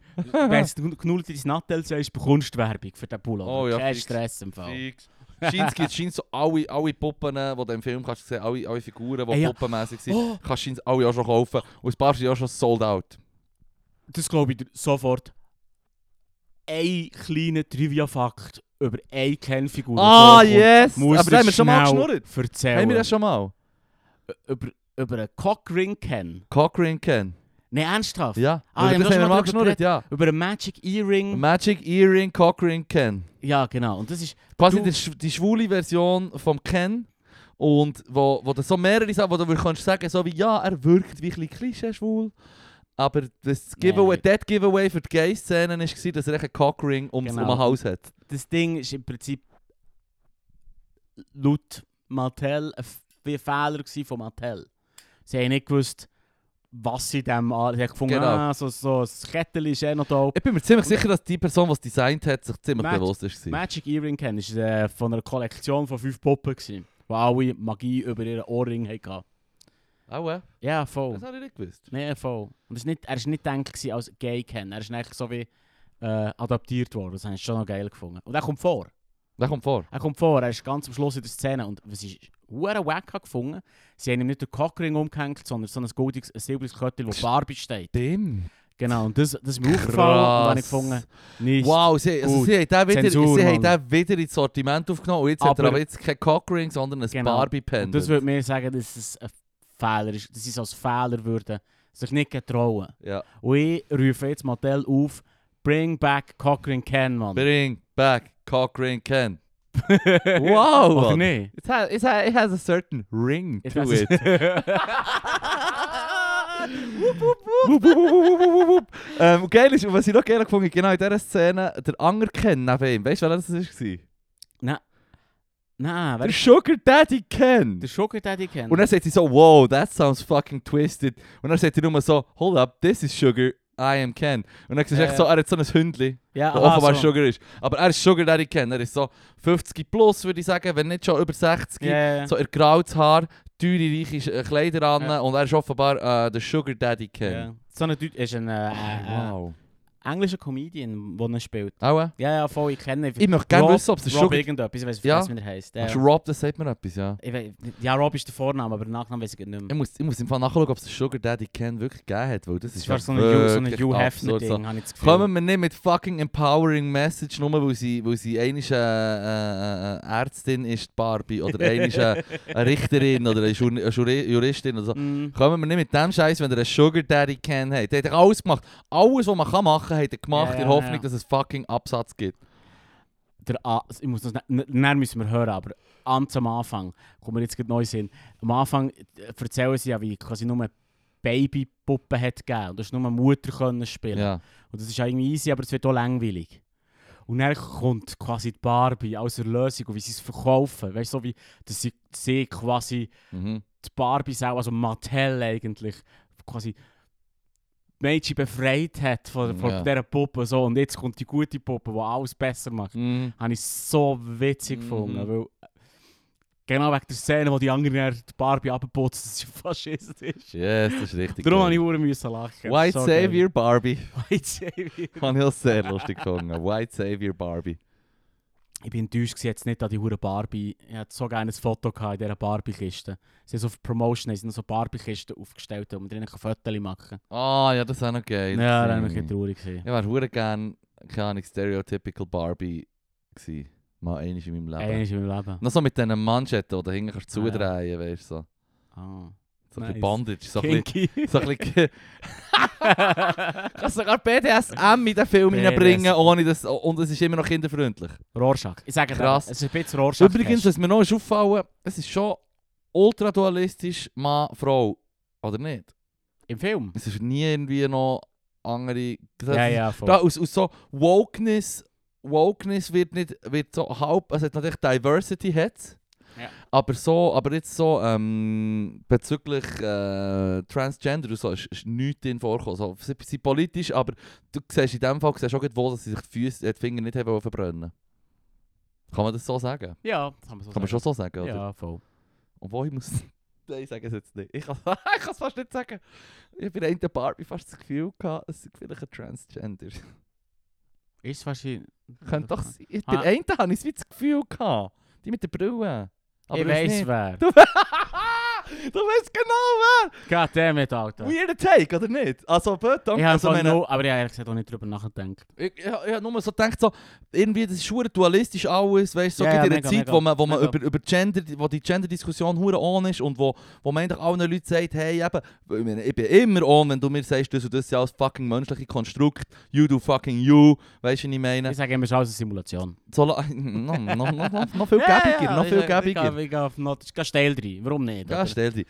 Wenn du knullt Nattel sagst, bekommst du Werbung für den Pullover.
Oh ja,
Kein
fix.
Stress im Fall.
Fix. Scheint gibt scheint so alle, alle Puppen, die du im eh, Film kannst sehen, alle, alle Figuren, die
Ey, ja.
puppenmässig sind,
Oh,
kannst scheint alle auch schon kaufen. Und ein paar sind ja schon sold out.
das glaube ich dir sofort. Ein kleiner Trivia-Fakt über eine Kernfigur. die vorkommt,
Ah, yes!
Muss
Aber da haben wir
ich
schon mal
schnell
geschnurrt.
Erzählen.
Haben wir das schon mal?
über, über einen Cockring kennen.
Cockring Ken.
Nein, ernsthaft?
Ja.
Ah,
Über
haben wir
das
schon
haben wir
mal
mal
drüber
geschnurrt,
geredet?
ja.
Über einen Magic Earring.
Magic Earring Cockring Ken.
ja, genau. Und das ist.
Quasi
Du-
die, sch- die schwule Version vom Ken. Und wo, wo du so mehrere Sachen, wo du wirklich kannst sagen, so wie, ja, er wirkt wie ein bisschen klischee-schwul. Aber das Giveaway,
Nee.
that Giveaway für die Gay-Szenen war, dass er echt einen Cockring ums,
Genau.
um den Hals hat.
Das Ding ist im Prinzip laut Mattel ein, F- wie ein Fehler gewesen von Mattel. Sie haben nicht gewusst, was sie dem an. Sie hat gefunden,
Genau.
ah, so, so ein Kettchen ist eh noch da.
Ich bin mir ziemlich sicher, dass die Person, die es designt hat, sich ziemlich
Matt-
bewusst ist. gewesen.
Magic Earring kennen, ist äh, von einer Kollektion von fünf Puppen gewesen, die alle Magie über ihren Ohrring hatten.
Auch, äh?
Ja, voll.
Das habe ich nicht gewusst.
Nee, voll. Und es ist nicht, er war nicht denkt gewesen als gay kennen. Er ist eigentlich so wie äh, adaptiert worden. Das habe ich schon noch geil gefunden. Und er kommt vor.
Der kommt vor.
Er kommt vor, er ist ganz am Schluss in der Szene und was ich hure wack habe gefunden, sie haben ihm nicht den Cockring umgehängt, sondern so ein goldiges, ein silbriges Köttel, wo Barbie steht.
Stimmt.
Genau, dus- und das, das ist mir aufgefallen und dann habe ich
Krass.
gefunden, nicht.
Wow, sie, also
Gut.
sie haben den wieder,
Zensur,
sie haben
Mann.
den wieder ins Sortiment aufgenommen. Und jetzt hat er
Aber-
aber jetzt kein Cockring, sondern ein
Genau.
Barbie-Pendant.
Und das würde mir sagen, dass es ein Fehler ist, dass sie es als Fehler würden, sich nicht getrauen.
Ja.
Und ich rufe jetzt Mattel auf, bring back Cockring Ken, Mann.
Bring back Cockring Ken. Wow,
Oder
Mann.
nicht?
It has, it has, it has a certain ring
It
to
has-
it. Wup, wup, wup. ähm, geil ist, und was ich noch geil gefunden habe, genau in dieser Szene, der Anger Ken neben ihm. Weißt du, wer das war?
Nein,
Der
wer
Sugar Daddy Ken.
der Sugar Daddy Ken?
Und dann sagt sie so, wow, that sounds fucking twisted. Und dann sagt sie nur so, hold up, this is Sugar, I am Ken. Und dann siehst du
Ja,
echt so, er hat so ein Hündli,
ja, ah,
der
aha,
offenbar
so.
Sugar ist. Aber er ist Sugar Daddy Ken, er ist so 50 plus, würde ich sagen, wenn nicht schon über 60.
Ja, ja, ja.
So er graues Haar, teure, reiche Sch- äh, Kleider an
Ja.
und er ist offenbar äh, der Sugar Daddy Ken. Oh,
Ja. So ein Dude ist ein äh, äh,
Wow.
äh, englischer Comedian, der ihn spielt.
Auch, äh?
Ja, ja, voll, ich kenne ihn.
Ich möchte gerne
Rob-
wissen, ob es der
Rob
Sugar...
irgendetwas, ich weiß
Ja.
nicht, wie er heisst. Ja.
Ach, Rob, das sagt mir etwas, ja.
Ich weiss- ja, Rob ist der Vorname, aber den Nachnamen weiß ich nicht mehr.
Ich muss, ich muss im Fall nachschauen, ob es der Sugar Daddy Ken wirklich gegeben hat, weil das,
Das
ist
war
ja
so ein Hugh, so ein
wirklich
Hugh
absurd, so.
Hefner-Ding, habe ich das Gefühl.
Kommen wir nicht mit fucking empowering Message, nur weil sie, weil sie einisch, äh, äh, äh, Ärztin ist, die Barbie, oder einisch, äh, eine Richterin oder eine, Journ- eine Jouri- Juristin oder so.
Mm.
Kommen wir nicht mit dem Scheiß, wenn ihr einen Sugar Daddy kennt. Hey, der hat alles gemacht. Alles, was man kann machen hat er gemacht,
Ja,
in
ja,
der Hoffnung,
ja.
dass es fucking Absatz gibt.
Der A ich muss das, n- n- dann müssen wir hören, aber ganz am Anfang, kommen wir jetzt gerade neu hin. Am Anfang äh, erzählen sie ja, wie quasi nur Babypuppen hat gegeben und du hast nur Mutter können spielen.
Ja.
Und das ist ja irgendwie easy, aber es wird auch langweilig. Und dann kommt quasi die Barbie als Erlösung und wie sie es verkaufen. Weißt du, so wie dass sie, sie quasi
Mhm.
die Barbie selber, also Mattel eigentlich, quasi die Mädchen befreit hat von, von
Ja.
dieser Puppe. So. Und jetzt kommt die gute Puppe, die alles besser macht.
Mhm.
Habe ich so witzig
Mhm.
gefunden. Weil, genau wegen der Szene, wo die anderen dann die Barbie abputzt, dass sie Faschist ist.
Yes, das ist richtig.
Darum
geil.
habe ich Uhren müssen lachen.
eh, White
So geil.
Savior Barbie.
White Savior.
Habe ich auch sehr lustig gefunden. White Savior Barbie.
Ich bin enttäuscht, gewesen, jetzt nicht an die hure Barbie. Ich hatte so gerne ein Foto gehabt in dieser Barbie-Kiste. Sie haben so auf Promotion, haben sie noch so Barbie-Kisten aufgestellt, wo man drinnen Fotos machen kann.
Ah, ja, das ist auch noch geil.
Ja,
gewesen.
dann bin ich traurig.
Ich wäre hure gern, keine Ahnung, stereotypical Barbie gsi. Mal einiges in meinem Leben.
Einmal in meinem Leben.
Noch so mit diesen Manschetten, die du hinten kannst
Ah, ja.
zudrehen, weißt du, so.
Ah.
So
Nice.
ein bisschen Bandage, so ein bisschen...
Kinky.
So ein bisschen... Kannst sogar BDSM in den Film hineinbringen,
BDSM.
ohne das... Und es ist immer noch kinderfreundlich.
Rorschach. Ich sage
Krass.
dir, es ist ein bisschen Rorschach.
Übrigens, was mir noch ist auffallen, es ist schon ultra-dualistisch Mann, Frau. Oder nicht?
im Film.
Es ist nie irgendwie noch andere...
Ja, ja, voll.
Da, aus, aus so Wokeness, Wokeness wird nicht wird so halb, also hat natürlich Diversity hat,
Ja.
aber so, aber jetzt so ähm, bezüglich äh, Transgender und so ist, ist nichts drin vorgekommen. So, sie sie sind politisch, aber du siehst in dem Fall siehst auch gut, wo dass sie sich die, Füße, äh, die Finger nicht haben wollen verbrennen. Kann man das so sagen?
ja, das kann man so
Kann man schon so sagen, oder?
Ja, voll.
Obwohl ich muss. Nein, ich sage es jetzt nicht. Ich kann ich kann es fast nicht sagen. Ich habe bei einer Barbie fast das Gefühl gehabt, es sei vielleicht ein Transgender.
Ist wahrscheinlich...
Könnte doch sein.
Ah.
Bei der einen hatte ich es wie das Gefühl. Gehabt. Die mit der Brille. Aber
ich weiss wer.
Du, du weißt genau
Goddammit, Alter.
wer. Weird Take, oder nicht? Also, gut, danke.
Ich habe
also,
also
meine,
no, aber ich habe ehrlich gesagt auch nicht drüber nachgedacht.
ich, ich, ich habe nur so gedacht, so, irgendwie, das ist schwer dualistisch alles. Weißt du, so
Ja,
gibt
ja,
in einer
mega,
Zeit,
mega.
wo man, wo man
Mega.
über, über Gender, wo die Gender-Diskussion hure on ist und wo, wo man eigentlich allen Leuten sagt, hey, eben, ich, meine, ich bin immer on, wenn du mir sagst, das und das ist ja alles fucking menschliche Konstrukt. You do fucking you. Weißt du, was ich meine?
Ich sage immer, es ist alles eine Simulation.
So, la- noch, noch, noch, noch viel gäbiger, noch viel gäbiger.
Ich gehe steil rein. Warum nicht?
Ja,
Aber-
Stellte.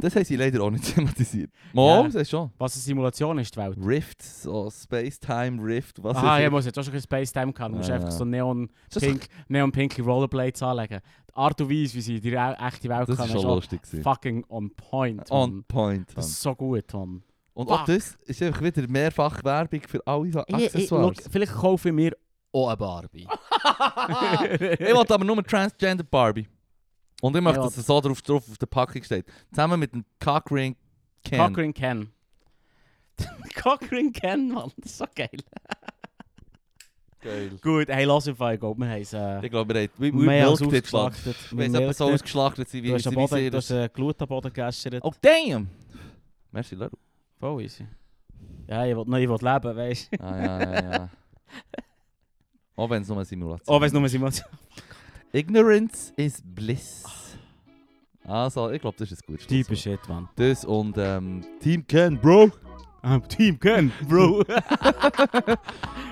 Das haben sie leider auch nicht thematisiert. Mal,
Ja.
das ist schon.
Was eine Simulation ist, die Welt.
Rift, so Space-Time, Rift, was
Aha,
ist
Ah, ja, muss jetzt auch schon ein Space-Time haben. Du musst
Ja,
einfach
ja.
so neon
Das ist-
pink, neon pinke Rollerblades anlegen. Die Art und Weise, wie sie die re- echte Welt
Das
kann,
ist schon lustig. gewesen.
fucking on point.
On
Mann.
point.
Das
Mann.
ist so gut, Tom.
Und auch
fuck.
das ist einfach wieder mehrfach Werbung für alle so
Ich- ich-
Accessoires. Oh,
look, vielleicht kaufe ich mir auch eine Barbie.
Ich wollte aber nur Transgender Barbie. Und ich möchte,
Ja.
dass es so drauf, drauf auf der Packung steht. Zusammen mit dem Cockring Ken.
Cockring Ken. Cockring Ken, Mann. Das ist so geil.
Geil.
Gut, hey, lass auf, ich glaube, wir haben es... Äh,
Ich glaube, wir haben wir- wir
mehr als
milked it, Mann.
ausgeschlachtet.
Ich
Wir
weiß nicht, ob
milked
so
it.
ausgeschlachtet sind, wie
Du hast
wie
einen
wie sie
Boden, du hast
das...
eine Glut am Boden gegessen.
Oh, damn! Merci, Leru.
Voll easy. Ja, nou, ich will, nein, ich will leben, weißt du.
Ah, ja, ja, ja. Auch wenn es nur eine Simulation
Oh, weißt du, nur Simulation.
Ignorance is bliss. Also, ich glaube, das ist ein gutes
Typisch
Schlusswort.
Shit, Mann.
Das und ähm, Team Ken, Bro!
Ah, Team Ken, Bro.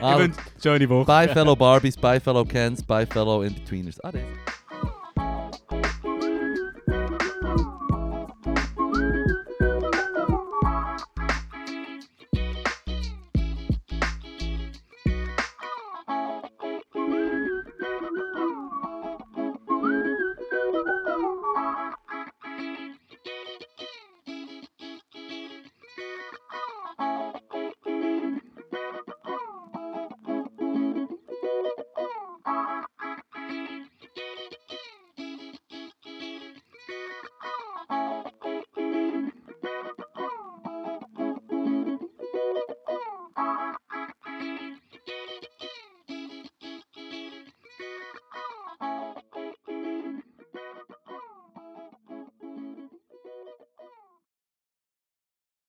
Also,
schöne Woche.
Bye, fellow Barbies, bye, fellow Kens, bye, fellow in-betweeners. Ah, Ade.